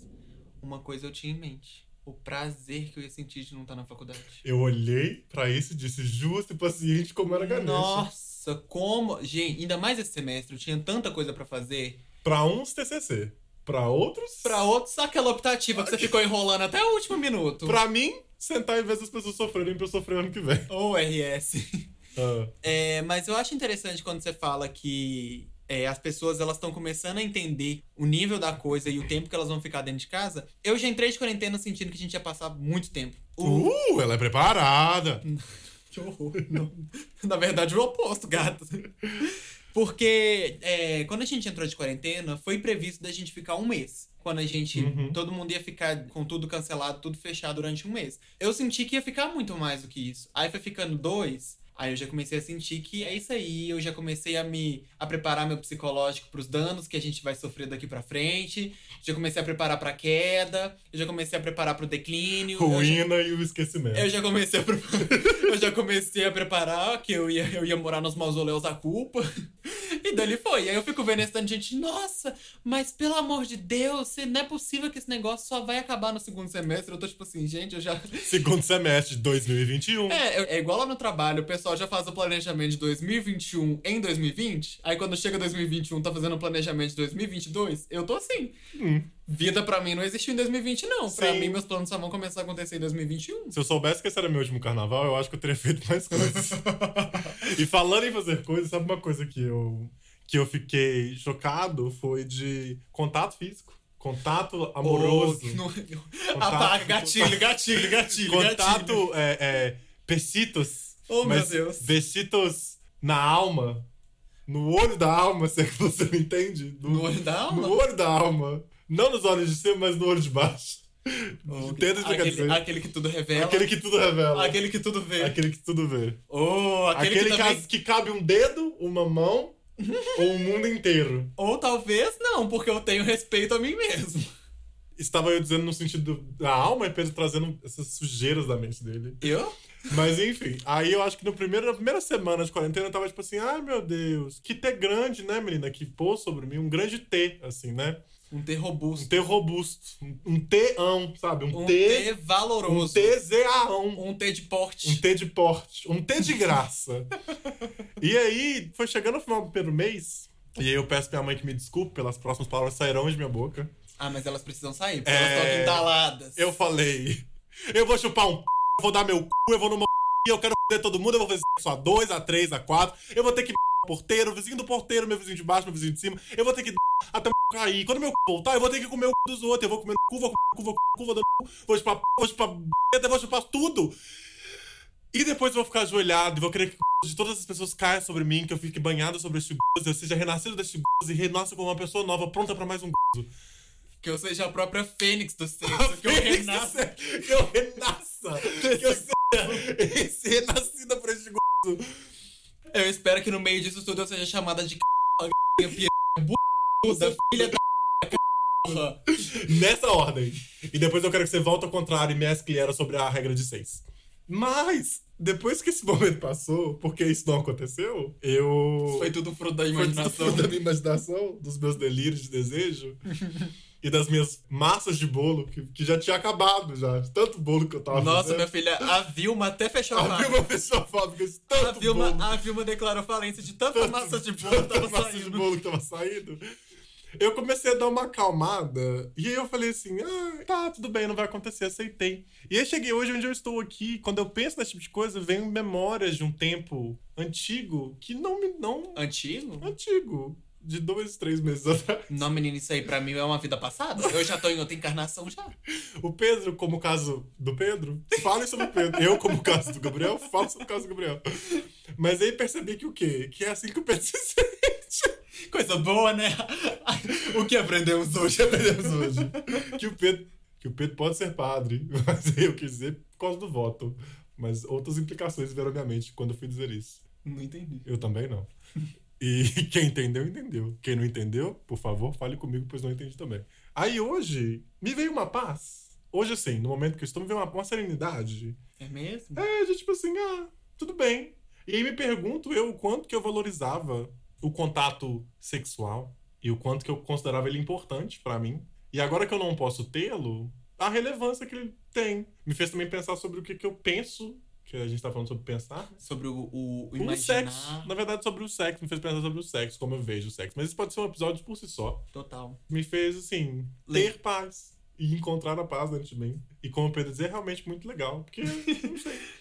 [SPEAKER 2] uma coisa eu tinha em mente. O prazer que eu ia sentir de não estar na faculdade.
[SPEAKER 1] Eu olhei pra isso e disse, justo e paciente como era Ganesha.
[SPEAKER 2] Nossa, como. Gente, ainda mais esse semestre, eu tinha tanta coisa pra fazer.
[SPEAKER 1] Pra uns TCC. Pra outros.
[SPEAKER 2] Pra outros, aquela optativa que você ficou enrolando até o último minuto.
[SPEAKER 1] pra mim, sentar em vez das pessoas sofrerem pra eu sofrer ano que vem.
[SPEAKER 2] Ou RS.
[SPEAKER 1] Ah.
[SPEAKER 2] É, mas eu acho interessante quando você fala que é, as pessoas elas estão começando a entender o nível da coisa e o tempo que elas vão ficar dentro de casa. Eu já entrei de quarentena sentindo que a gente ia passar muito tempo. O-
[SPEAKER 1] Uh, ela é preparada.
[SPEAKER 2] Que horror. Não. Na verdade, o oposto, gato. Porque é, quando a gente entrou de quarentena, foi previsto da gente ficar um mês. Quando a gente.
[SPEAKER 1] Uhum.
[SPEAKER 2] Todo mundo ia ficar com tudo cancelado, tudo fechado durante um mês. Eu senti que ia ficar muito mais do que isso. Aí foi ficando dois. Aí eu já comecei a sentir que é isso aí, eu já comecei a me a preparar meu psicológico pros danos que a gente vai sofrer daqui pra frente. Já comecei a preparar pra queda, eu já comecei a preparar pro declínio. eu já-
[SPEAKER 1] Ruína e o esquecimento.
[SPEAKER 2] eu já comecei a preparar, eu já comecei a preparar que eu ia, eu ia morar nos mausoléus da culpa. E dali foi. E aí eu fico vendo esse tanto de gente, nossa, mas pelo amor de Deus, se- não é possível que esse negócio só vai acabar no segundo semestre. Eu tô tipo assim, gente, eu já.
[SPEAKER 1] Segundo semestre de 2021.
[SPEAKER 2] É, eu- é igual lá no trabalho, o pessoal já faz o planejamento de 2021 em 2020. Aí quando chega 2021, tá fazendo o planejamento de 2022. Eu tô assim.
[SPEAKER 1] Hum.
[SPEAKER 2] Vida pra mim não existiu em 2020, não. Pra
[SPEAKER 1] Sim.
[SPEAKER 2] mim, meus planos só vão começar a acontecer em 2021.
[SPEAKER 1] Se eu soubesse que esse era meu último carnaval, eu acho que eu teria feito mais coisas. e falando em fazer coisas, sabe uma coisa que eu, que eu fiquei chocado? Foi de contato físico. Contato amoroso.
[SPEAKER 2] Oh, não-
[SPEAKER 1] Contato-
[SPEAKER 2] Apaga, gatilho, gatilho, gatilho, gatilho.
[SPEAKER 1] Contato é, é, pesitos.
[SPEAKER 2] Oh, meu
[SPEAKER 1] mas
[SPEAKER 2] Deus.
[SPEAKER 1] Besitos na alma. No olho da alma, se é que você não entende.
[SPEAKER 2] No olho da alma?
[SPEAKER 1] No olho da alma. Não nos olhos de cima, mas no olho de baixo. Entenda isso que eu quero
[SPEAKER 2] aquele,
[SPEAKER 1] dizer.
[SPEAKER 2] aquele que tudo revela. Aquele,
[SPEAKER 1] Aquele que tudo revela. Aquele,
[SPEAKER 2] que tudo vê.
[SPEAKER 1] que tudo vê.
[SPEAKER 2] Ou aquele,
[SPEAKER 1] Aquele,
[SPEAKER 2] que
[SPEAKER 1] que,
[SPEAKER 2] também...
[SPEAKER 1] que cabe um dedo, uma mão ou o mundo inteiro.
[SPEAKER 2] Ou talvez não, porque eu tenho respeito a mim mesmo.
[SPEAKER 1] Estava eu dizendo no sentido da alma e Pedro trazendo essas sujeiras da mente dele.
[SPEAKER 2] Eu?
[SPEAKER 1] Mas enfim, aí eu acho que no primeiro, na primeira semana de quarentena eu tava tipo assim, ai meu Deus, que T grande, né, menina? Que pôs sobre mim, um grande T, assim, né?
[SPEAKER 2] Um ter
[SPEAKER 1] Um
[SPEAKER 2] robusto.
[SPEAKER 1] T robusto, um, um Tão, sabe? Um,
[SPEAKER 2] Um
[SPEAKER 1] T.
[SPEAKER 2] ter
[SPEAKER 1] Um
[SPEAKER 2] valoroso.
[SPEAKER 1] TZAão.
[SPEAKER 2] Um ter de porte.
[SPEAKER 1] Um T de porte, um T de graça. e aí, foi chegando no final do primeiro mês, e aí eu peço pra minha mãe que me desculpe pelas próximas palavras que sairão de minha boca.
[SPEAKER 2] Ah, mas elas precisam sair, porque
[SPEAKER 1] É.
[SPEAKER 2] elas estão entaladas.
[SPEAKER 1] Eu falei, eu vou chupar um p, eu vou dar meu c, eu vou numa p, eu quero foder todo mundo, eu vou fazer sexo a dois, a três, a quatro, eu vou ter que p o porteiro, o vizinho do porteiro, meu vizinho de baixo, meu vizinho de cima, eu vou ter que d até o c cair. Quando meu c voltar, eu vou ter que comer o c dos outros, eu vou comer o cu, vou comer o cu, vou comer o cu, vou dar o cu, vou chupar p, vou chupar b, vou chupar tudo. E depois eu vou ficar ajoelhado e vou querer que o c de todas as pessoas caia sobre mim, que eu fique banhado sobre este gozo, eu seja renascido deste gozo e renasça como uma pessoa nova, pronta pra mais um gozo.
[SPEAKER 2] Que eu seja a própria fênix do sexo. que eu
[SPEAKER 1] Fênix do
[SPEAKER 2] renasço.
[SPEAKER 1] céu, Que é, eu renasça. que eu seja esse renascida pra este gozo.
[SPEAKER 2] Eu espero que no meio disso tudo eu seja chamada de c... da filha da porra.
[SPEAKER 1] Nessa ordem. E depois eu quero que você volte ao contrário e mescle era sobre a regra de seis. Mas, depois que esse momento passou, porque isso não aconteceu, eu.
[SPEAKER 2] Foi tudo fruto da
[SPEAKER 1] Foi tudo
[SPEAKER 2] imaginação.
[SPEAKER 1] fruto da minha imaginação, dos meus delírios de desejo e das minhas massas de bolo, que, que já tinha acabado já, de tanto bolo que eu tava
[SPEAKER 2] Nossa,
[SPEAKER 1] fazendo.
[SPEAKER 2] minha filha, a Vilma é até fechou a
[SPEAKER 1] A
[SPEAKER 2] fábrica.
[SPEAKER 1] Vilma fechou fábrica de tanto
[SPEAKER 2] A Vilma,
[SPEAKER 1] bolo.
[SPEAKER 2] a Vilma declarou falência de tanta massa de bolo que
[SPEAKER 1] tanta
[SPEAKER 2] tava
[SPEAKER 1] massa de
[SPEAKER 2] saindo.
[SPEAKER 1] bolo que tava saindo. Eu comecei a dar uma acalmada, e aí eu falei assim, ah, tá, tudo bem, não vai acontecer, aceitei. E aí cheguei hoje onde eu estou aqui, quando eu penso nesse tipo de coisa, vem memórias de um tempo antigo que não me... não...
[SPEAKER 2] Antigo?
[SPEAKER 1] antigo, de dois, três meses atrás.
[SPEAKER 2] Não, menino, isso aí pra mim é uma vida passada. Eu já tô em outra encarnação já.
[SPEAKER 1] O Pedro, como o caso do Pedro, fala sobre o Pedro. Eu, como o caso do Gabriel, falo sobre o caso do Gabriel. Mas aí percebi que o quê? Que é assim que o Pedro se sente.
[SPEAKER 2] Coisa boa, né? O que aprendemos hoje?
[SPEAKER 1] Aprendemos hoje. Que o Pedro, que o Pedro pode ser padre, mas eu quis dizer por causa do voto. Mas outras implicações vieram à minha mente quando eu fui dizer isso.
[SPEAKER 2] Não entendi.
[SPEAKER 1] Eu também não. E quem entendeu, entendeu. Quem não entendeu, por favor, fale comigo, pois não entendi também. Aí hoje, me veio uma paz. Hoje, assim, no momento que eu estou, me veio uma, uma serenidade.
[SPEAKER 2] É mesmo?
[SPEAKER 1] É, de tipo assim, ah, tudo bem. E aí me pergunto eu o quanto que eu valorizava o contato sexual e o quanto que eu considerava ele importante pra mim. E agora que eu não posso tê-lo, a relevância que ele tem. Me fez também pensar sobre o que, que eu penso, que a gente tá falando sobre pensar, né?
[SPEAKER 2] Sobre o, o, o
[SPEAKER 1] O
[SPEAKER 2] imaginar.
[SPEAKER 1] sexo. Na verdade, sobre o sexo. Me fez pensar sobre o sexo, como eu vejo o sexo. Mas isso pode ser um episódio por si só.
[SPEAKER 2] Total.
[SPEAKER 1] Me fez, assim,
[SPEAKER 2] Le-
[SPEAKER 1] ter paz. E encontrar a paz dentro de mim. E como o Pedro dizer, é realmente muito legal. Porque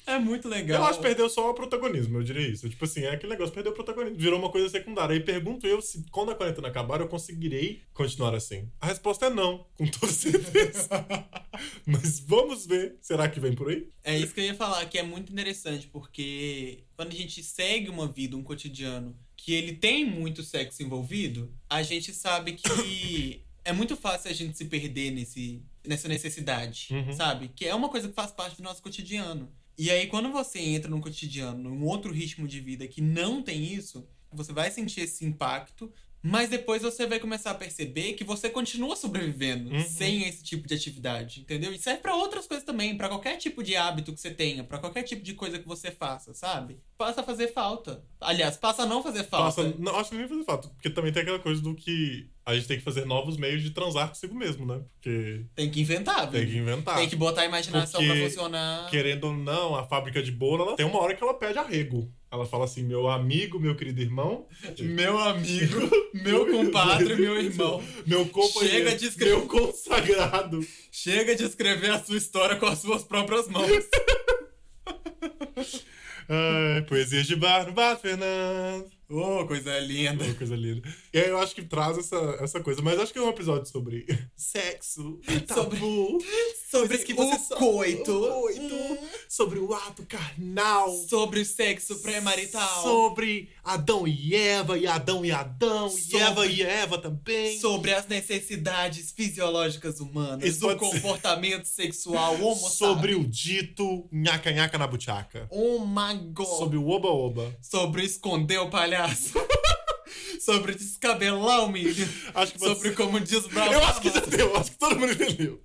[SPEAKER 2] É muito legal.
[SPEAKER 1] eu acho que perdeu só o protagonismo, eu diria isso. Tipo assim, é aquele negócio, perdeu o protagonismo. Virou uma coisa secundária. Aí pergunto eu se quando a quarentena acabar, eu conseguirei continuar assim. A resposta é não, com toda certeza. Mas vamos ver. Será que vem por aí?
[SPEAKER 2] É isso que eu ia falar, que é muito interessante, porque quando a gente segue uma vida, um cotidiano, que ele tem muito sexo envolvido, a gente sabe que é muito fácil a gente se perder nesse, nessa necessidade,
[SPEAKER 1] Uhum.
[SPEAKER 2] sabe? Que é uma coisa que faz parte do nosso cotidiano. E aí, quando você entra num cotidiano, num outro ritmo de vida que não tem isso, você vai sentir esse impacto, mas depois você vai começar a perceber que você continua sobrevivendo
[SPEAKER 1] Uhum.
[SPEAKER 2] sem esse tipo de atividade, entendeu? E serve pra outras coisas também, pra qualquer tipo de hábito que você tenha, pra qualquer tipo de coisa que você faça, sabe? Passa a fazer falta. Aliás, passa a não fazer falta.
[SPEAKER 1] Passa, não, acho que nem fazer fato. Porque também tem aquela coisa do que a gente tem que fazer novos meios de transar consigo mesmo, né? Porque
[SPEAKER 2] Tem que inventar,
[SPEAKER 1] tem que
[SPEAKER 2] velho.
[SPEAKER 1] inventar.
[SPEAKER 2] Tem que botar a imaginação
[SPEAKER 1] Porque-
[SPEAKER 2] pra funcionar.
[SPEAKER 1] Querendo ou não, a fábrica de bolo, ela tem uma hora que ela pede arrego. Ela fala assim, meu amigo, meu querido irmão,
[SPEAKER 2] Meu amigo, meu compadre, meu irmão.
[SPEAKER 1] meu companheiro,
[SPEAKER 2] Chega de escrever-
[SPEAKER 1] meu consagrado.
[SPEAKER 2] Chega de escrever a sua história com as suas próprias mãos.
[SPEAKER 1] Ai, poesias de bar no bar, Fernando.
[SPEAKER 2] Ô, coisa linda.
[SPEAKER 1] Uma coisa linda. E aí eu acho que traz essa, essa coisa. Mas acho que é um episódio sobre sexo,
[SPEAKER 2] Sobre-
[SPEAKER 1] tabu,
[SPEAKER 2] Sobre
[SPEAKER 1] coisas que você
[SPEAKER 2] o
[SPEAKER 1] só-
[SPEAKER 2] coito.
[SPEAKER 1] o coito,
[SPEAKER 2] Hum.
[SPEAKER 1] sobre o ato carnal.
[SPEAKER 2] Sobre o sexo pré-marital.
[SPEAKER 1] Sobre Adão e Eva, e Adão e Adão, e
[SPEAKER 2] Sobre-
[SPEAKER 1] Eva e Eva também.
[SPEAKER 2] Sobre as necessidades fisiológicas humanas,
[SPEAKER 1] Isso
[SPEAKER 2] o
[SPEAKER 1] pode ser.
[SPEAKER 2] comportamento sexual homo
[SPEAKER 1] Sobre o dito nhaca-nhaca na buchaca.
[SPEAKER 2] Oh my god. Sobre...
[SPEAKER 1] Sobre o oba-oba.
[SPEAKER 2] esconder o palhaço. sobre descabelar o milho.
[SPEAKER 1] Acho que pode
[SPEAKER 2] Sobre
[SPEAKER 1] ser-
[SPEAKER 2] como desbravar.
[SPEAKER 1] Eu acho que
[SPEAKER 2] a
[SPEAKER 1] já
[SPEAKER 2] massa.
[SPEAKER 1] deu, acho que todo mundo entendeu.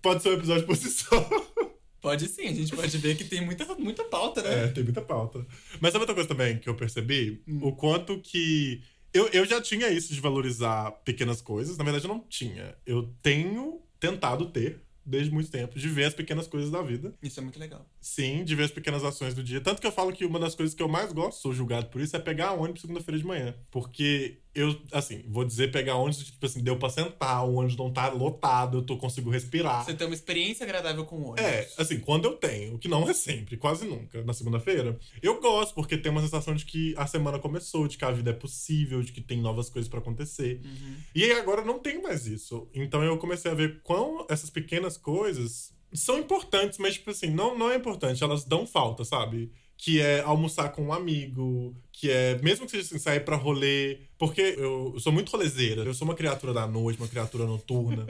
[SPEAKER 1] Pode ser um episódio por si só.
[SPEAKER 2] Pode sim, a gente pode ver que tem muita, muita pauta, né?
[SPEAKER 1] É, tem muita pauta. Mas sabe outra coisa também que eu percebi? O quanto que. Eu, eu já tinha isso de valorizar pequenas coisas. Na verdade, eu não tinha. Eu tenho tentado ter, desde muito tempo, de ver as pequenas coisas da vida.
[SPEAKER 2] Isso é muito legal.
[SPEAKER 1] Sim, de ver as pequenas ações do dia. Tanto que eu falo que uma das coisas que eu mais gosto, sou julgado por isso, é pegar ônibus segunda-feira de manhã. Porque eu, assim, vou dizer pegar ônibus, tipo assim, deu pra sentar, o ônibus não tá lotado, eu tô, consigo respirar.
[SPEAKER 2] Você tem uma experiência agradável com o ônibus.
[SPEAKER 1] Ah. É, assim, quando eu tenho, o que não é sempre, quase nunca, na segunda-feira, eu gosto, porque tem uma sensação de que a semana começou, de que a vida é possível, de que tem novas coisas pra acontecer.
[SPEAKER 2] Uhum.
[SPEAKER 1] E aí agora eu não tenho mais isso. Então eu comecei a ver quão essas pequenas coisas são importantes, mas, tipo assim, não, não é importante, elas dão falta, sabe? Que é almoçar com um amigo, que é, mesmo que seja assim, sair pra rolê, porque eu, eu sou muito rolezeira, eu sou uma criatura da noite, uma criatura noturna.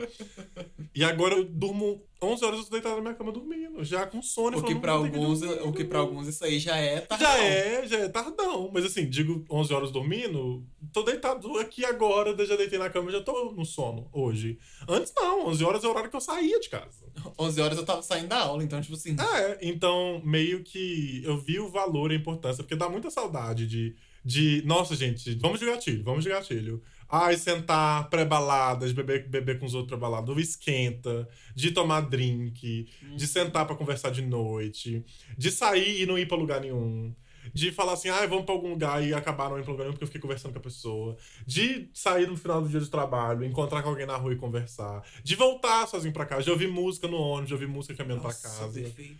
[SPEAKER 1] e agora eu durmo 11 horas, eu tô deitado na minha cama dormindo, já com sono.
[SPEAKER 2] O que
[SPEAKER 1] falando,
[SPEAKER 2] pra
[SPEAKER 1] "Não, tem
[SPEAKER 2] alguns, é,
[SPEAKER 1] dormir,
[SPEAKER 2] o que para alguns isso aí já é tá
[SPEAKER 1] já é, já é tardão. Mas assim, digo 11 horas dormindo, tô deitado aqui agora, já deitei na cama, já tô no sono hoje. Antes não, 11 horas é o horário que eu saía de casa.
[SPEAKER 2] 11 horas eu tava saindo da aula, então tipo assim,
[SPEAKER 1] Ah, é. Então, meio que eu vi o valor e a importância, porque dá muita saudade de. de nossa, gente, vamos de gatilho, vamos de gatilho. Ai, sentar pré-baladas, beber, beber com os outros pré-baladas, o esquenta, de tomar drink, de sentar pra conversar de noite, de sair e não ir pra lugar nenhum. De falar assim, ah, vamos pra algum lugar e acabar não indo pra lugar nenhum porque eu fiquei conversando com a pessoa. De sair no final do dia de trabalho, encontrar com alguém na rua e conversar. De voltar sozinho pra casa, de ouvir música no ônibus, de ouvir música caminhando pra
[SPEAKER 2] nossa,
[SPEAKER 1] casa.
[SPEAKER 2] perfeito.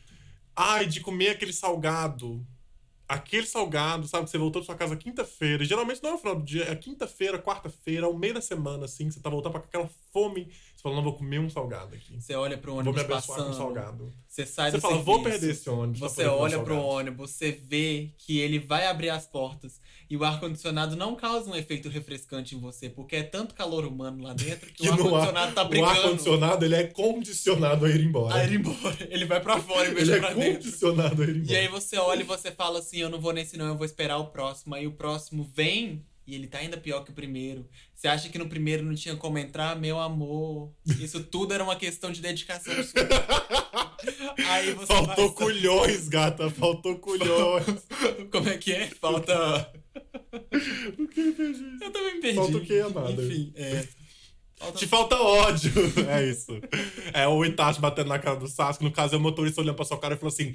[SPEAKER 1] Ai, de comer aquele salgado. Aquele salgado, sabe? Que você voltou pra sua casa quinta-feira. E Geralmente não é o final do dia, é quinta-feira, quarta-feira, ao meio da semana, assim, que você tá voltando pra aquela fome. Você fala, não, vou comer um salgado aqui.
[SPEAKER 2] Você olha pro
[SPEAKER 1] Vou me
[SPEAKER 2] ônibus
[SPEAKER 1] abençoar com um
[SPEAKER 2] passando,
[SPEAKER 1] salgado.
[SPEAKER 2] você sai
[SPEAKER 1] Você
[SPEAKER 2] do
[SPEAKER 1] fala, vou
[SPEAKER 2] serviço,
[SPEAKER 1] perder esse ônibus. pra
[SPEAKER 2] Você
[SPEAKER 1] poder comer um
[SPEAKER 2] olha pro
[SPEAKER 1] salgado.
[SPEAKER 2] ônibus, você vê que ele vai abrir as portas e o ar-condicionado não causa um efeito refrescante em você, porque é tanto calor humano lá dentro que,
[SPEAKER 1] Que
[SPEAKER 2] o
[SPEAKER 1] no ar-
[SPEAKER 2] ar-condicionado tá
[SPEAKER 1] O
[SPEAKER 2] brigando.
[SPEAKER 1] ar-condicionado, ele é condicionado a ir embora.
[SPEAKER 2] Aí ele embora, ele vai pra fora em vez
[SPEAKER 1] ele
[SPEAKER 2] de
[SPEAKER 1] é
[SPEAKER 2] pra dentro.
[SPEAKER 1] condicionado a ir embora.
[SPEAKER 2] E aí você olha e você fala assim, eu não vou nesse não, eu vou esperar o próximo. Aí o próximo vem e ele tá ainda pior que o primeiro. Você acha que no primeiro não tinha como entrar? Meu amor, isso tudo era uma questão de dedicação sua. Aí você
[SPEAKER 1] Faltou
[SPEAKER 2] vai...
[SPEAKER 1] culhões, gata. Faltou culhões.
[SPEAKER 2] Como é que é? Falta...
[SPEAKER 1] O que eu perdi?
[SPEAKER 2] Eu também me perdi.
[SPEAKER 1] Falta o quê, amada?
[SPEAKER 2] Enfim, é... Falta...
[SPEAKER 1] Te falta ódio. É isso. É o Itachi batendo na cara do Sasuke. No caso, é o motorista olhando pra sua cara e falou assim: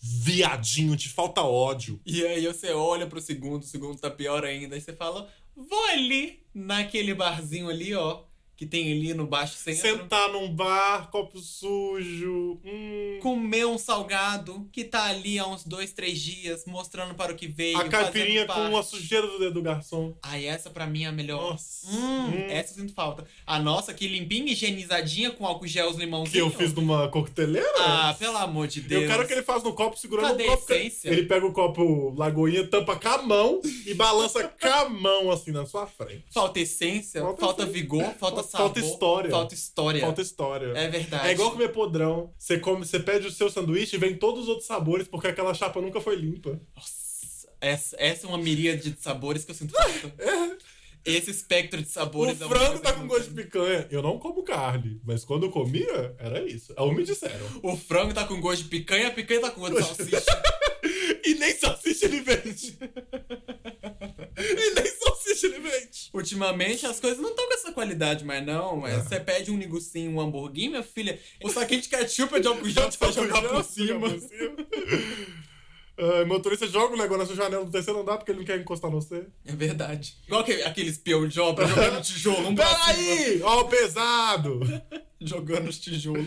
[SPEAKER 1] Viadinho, te falta ódio.
[SPEAKER 2] E aí você olha pro segundo, o segundo tá pior ainda. Aí você fala, vou ali naquele barzinho ali, ó, que tem ali no baixo centro.
[SPEAKER 1] Sentar num bar, copo sujo. Hum.
[SPEAKER 2] comer um salgado que tá ali há uns dois, três dias, mostrando para o que veio.
[SPEAKER 1] A caipirinha
[SPEAKER 2] fazendo
[SPEAKER 1] com a
[SPEAKER 2] parte.
[SPEAKER 1] sujeira do dedo do garçom.
[SPEAKER 2] Aí essa pra mim é a melhor.
[SPEAKER 1] Nossa.
[SPEAKER 2] Hum,
[SPEAKER 1] Hum.
[SPEAKER 2] essa eu sinto falta. A nossa aqui limpinha, higienizadinha com álcool gel, os limãozinhos.
[SPEAKER 1] Que eu fiz numa coqueteleira?
[SPEAKER 2] Ah, pelo amor de Deus.
[SPEAKER 1] Eu quero que ele faça no copo segurando
[SPEAKER 2] Cadê
[SPEAKER 1] o
[SPEAKER 2] a
[SPEAKER 1] copo.
[SPEAKER 2] essência?
[SPEAKER 1] Ele pega o copo lagoinha, tampa com a mão e balança com a mão assim na sua frente.
[SPEAKER 2] Falta essência,
[SPEAKER 1] Falta
[SPEAKER 2] falta,
[SPEAKER 1] essência.
[SPEAKER 2] vigor, falta
[SPEAKER 1] Falta
[SPEAKER 2] sabor.
[SPEAKER 1] história.
[SPEAKER 2] Falta história.
[SPEAKER 1] Falta história.
[SPEAKER 2] É verdade.
[SPEAKER 1] É igual comer podrão. Você come, você pede o seu sanduíche e vem todos os outros sabores, porque aquela chapa nunca foi limpa.
[SPEAKER 2] Nossa, essa, essa é uma miríade de sabores que eu sinto falta. Esse espectro de
[SPEAKER 1] O
[SPEAKER 2] sabores... é uma
[SPEAKER 1] frango
[SPEAKER 2] coisa
[SPEAKER 1] tá
[SPEAKER 2] que
[SPEAKER 1] com
[SPEAKER 2] não
[SPEAKER 1] gosto
[SPEAKER 2] tem.
[SPEAKER 1] de picanha. Eu não como carne, mas quando eu comia, era isso. Ou me disseram.
[SPEAKER 2] O frango tá com gosto de picanha, a picanha tá com gosto de salsicha.
[SPEAKER 1] E nem salsicha ele vende. e nem salsicha ele vende.
[SPEAKER 2] Ultimamente as coisas não estão com essa qualidade mais, não.
[SPEAKER 1] É.
[SPEAKER 2] Mas você pede um nigucinho, um hamburguinho, minha filha. O saquinho de ketchup é de álcool gel que você vai jogar por cima.
[SPEAKER 1] Por cima. Ah, motorista joga o negócio na sua janela do terceiro andar porque ele não quer encostar no você.
[SPEAKER 2] É verdade. Igual aquele- aqueles peão de obra jogando tijolo. Um pra cima,
[SPEAKER 1] Peraí! Ó, o pesado!
[SPEAKER 2] Jogando os tijolos.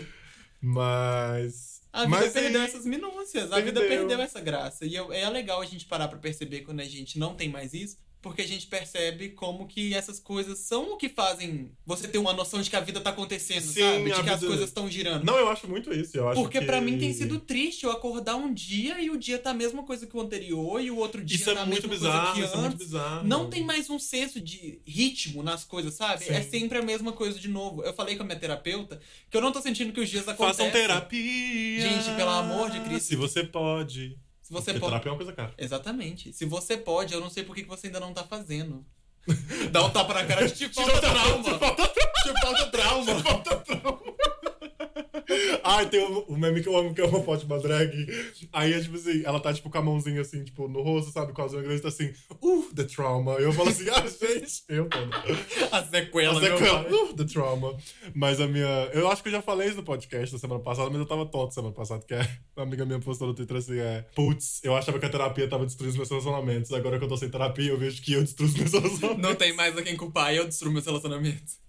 [SPEAKER 1] Mas.
[SPEAKER 2] A vida
[SPEAKER 1] mas é
[SPEAKER 2] perdeu
[SPEAKER 1] aí-
[SPEAKER 2] essas minúcias. A vida
[SPEAKER 1] Perdeu.
[SPEAKER 2] perdeu essa graça. E eu- é legal a gente parar pra perceber quando a gente não tem mais isso. Porque a gente percebe como que essas coisas são o que fazem você ter uma noção de que a vida tá acontecendo,
[SPEAKER 1] Sim,
[SPEAKER 2] sabe? De
[SPEAKER 1] a
[SPEAKER 2] que as
[SPEAKER 1] vida-
[SPEAKER 2] coisas estão girando.
[SPEAKER 1] Não, eu acho muito isso. Eu acho
[SPEAKER 2] Porque
[SPEAKER 1] que...
[SPEAKER 2] pra mim tem sido triste eu acordar um dia e o dia tá a mesma coisa que o anterior e o outro dia
[SPEAKER 1] Isso
[SPEAKER 2] tá
[SPEAKER 1] é
[SPEAKER 2] a
[SPEAKER 1] muito
[SPEAKER 2] mesma
[SPEAKER 1] bizarro,
[SPEAKER 2] coisa
[SPEAKER 1] isso
[SPEAKER 2] que
[SPEAKER 1] é muito
[SPEAKER 2] antes.
[SPEAKER 1] bizarro.
[SPEAKER 2] Não tem mais um senso de ritmo nas coisas, sabe?
[SPEAKER 1] Sim.
[SPEAKER 2] É sempre a mesma coisa de novo. Eu falei com a minha terapeuta que eu não tô sentindo que os dias acontecem.
[SPEAKER 1] Façam terapia.
[SPEAKER 2] Gente, pelo amor de Cristo.
[SPEAKER 1] Se você pode.
[SPEAKER 2] Se você
[SPEAKER 1] Porque
[SPEAKER 2] pode.
[SPEAKER 1] terapia é uma coisa cara.
[SPEAKER 2] Exatamente. Se você pode, eu não sei por que que você ainda não tá fazendo. Dá um tapa na cara de te falta
[SPEAKER 1] falta Tipo,
[SPEAKER 2] trauma. Te falta trauma.
[SPEAKER 1] Ai, tem um, um meme que eu amo, que é uma foto de uma drag. Aí é tipo assim, ela tá tipo com a mãozinha assim, tipo, no rosto, sabe? Com as unhas grandes, tá assim, uh, the trauma. Eu falo assim, ah, gente, eu, mano.
[SPEAKER 2] A sequela,
[SPEAKER 1] Ela
[SPEAKER 2] meu
[SPEAKER 1] sequela,
[SPEAKER 2] pai.
[SPEAKER 1] uh, The Trauma. Mas a minha. Eu acho que eu já falei isso no podcast da semana passada, mas eu tava tonto semana passada, que é- uma amiga minha postou no Twitter assim: é. Putz, eu achava que a terapia tava destruindo meus relacionamentos. Agora que eu tô sem terapia, eu vejo que eu destruo os meus relacionamentos.
[SPEAKER 2] Não tem mais a quem culpar e eu destruo meus relacionamentos.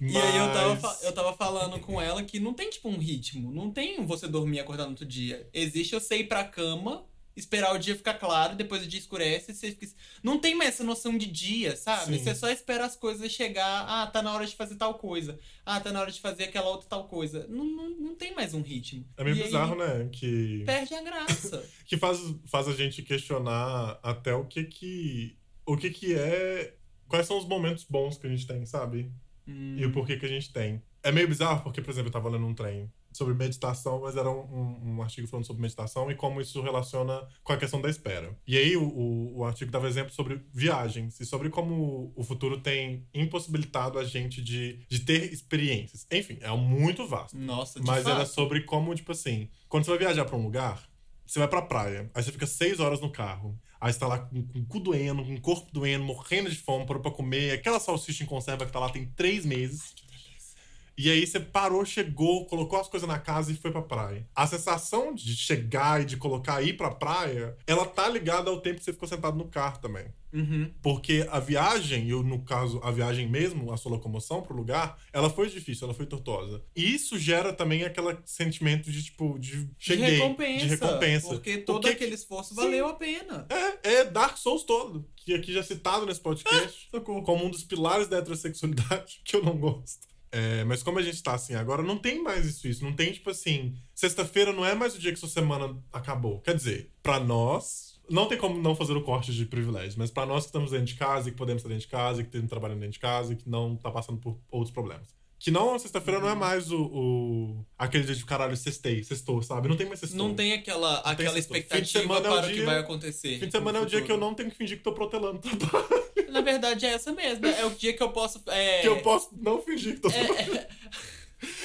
[SPEAKER 2] E aí eu tava, fa- eu tava falando com ela que não tem, tipo, um ritmo. Não tem um você dormir e acordar no outro dia. Existe eu sei ir pra cama esperar o dia ficar claro, depois o dia escurece, e você fica... Não tem mais essa noção de dia, sabe?
[SPEAKER 1] Sim.
[SPEAKER 2] Você só espera as coisas chegar, ah, tá na hora de fazer tal coisa, ah, tá na hora de fazer aquela outra tal coisa. Não, não, não tem mais um ritmo.
[SPEAKER 1] É meio
[SPEAKER 2] E aí
[SPEAKER 1] bizarro, né? Que,
[SPEAKER 2] Perde a graça.
[SPEAKER 1] que faz, faz a gente questionar até o que que... O que que é... Quais são os momentos bons que a gente tem, sabe?
[SPEAKER 2] Hum.
[SPEAKER 1] e o porquê que a gente tem. É meio bizarro porque, por exemplo, eu tava lendo um trem sobre meditação, mas era um, um- um artigo falando sobre meditação e como isso relaciona com a questão da espera. E aí o, o, o artigo dava exemplo sobre viagens e sobre como o futuro tem impossibilitado a gente de, de ter experiências. Enfim, é muito vasto.
[SPEAKER 2] Nossa, de
[SPEAKER 1] Mas
[SPEAKER 2] fato.
[SPEAKER 1] era sobre como, tipo assim, quando você vai viajar pra um lugar, você vai pra praia, aí você fica seis horas no carro, aí você tá lá com, com o cu doendo, com o corpo doendo, morrendo de fome, parou pra comer, aquela salsicha em conserva que tá lá tem três meses. E aí você parou, chegou, colocou as coisas na casa e foi pra praia. A sensação de chegar e de colocar e ir pra praia, ela tá ligada ao tempo que você ficou sentado no carro também.
[SPEAKER 2] Uhum.
[SPEAKER 1] Porque a viagem, eu no caso, a viagem mesmo, a sua locomoção pro lugar, ela foi difícil, ela foi tortuosa. E isso gera também aquele sentimento de, tipo, de cheguei,
[SPEAKER 2] de recompensa.
[SPEAKER 1] de recompensa.
[SPEAKER 2] Porque
[SPEAKER 1] O
[SPEAKER 2] todo
[SPEAKER 1] que que-
[SPEAKER 2] aquele esforço
[SPEAKER 1] Sim.
[SPEAKER 2] valeu a pena.
[SPEAKER 1] É, é Dark Souls todo, que aqui já é citado nesse podcast, como um dos pilares da heterossexualidade, que eu não gosto. É, mas como a gente tá assim agora, não tem mais isso, isso. Não tem, tipo assim, sexta-feira não é mais o dia que sua semana acabou. Quer dizer, pra nós, não tem como não fazer o corte de privilégio, mas pra nós que estamos dentro de casa e que podemos estar dentro de casa, e que estamos trabalhando dentro de casa e que não tá passando por outros problemas. Que não, sexta-feira
[SPEAKER 2] Uhum.
[SPEAKER 1] não é mais o, o- aquele dia de caralho, sextei, sextou, sabe? Não tem mais sextou.
[SPEAKER 2] Não tem aquela, aquela sexto. Fim de expectativa
[SPEAKER 1] semana é o
[SPEAKER 2] para o que
[SPEAKER 1] dia-
[SPEAKER 2] vai acontecer. tipo,
[SPEAKER 1] Fim de semana é o
[SPEAKER 2] no
[SPEAKER 1] dia que eu
[SPEAKER 2] futuro.
[SPEAKER 1] não tenho que fingir que tô protelando tá? trabalho.
[SPEAKER 2] Na verdade, é essa mesmo. É o dia que eu posso. É...
[SPEAKER 1] Que eu posso não fingir que tô
[SPEAKER 2] É, é,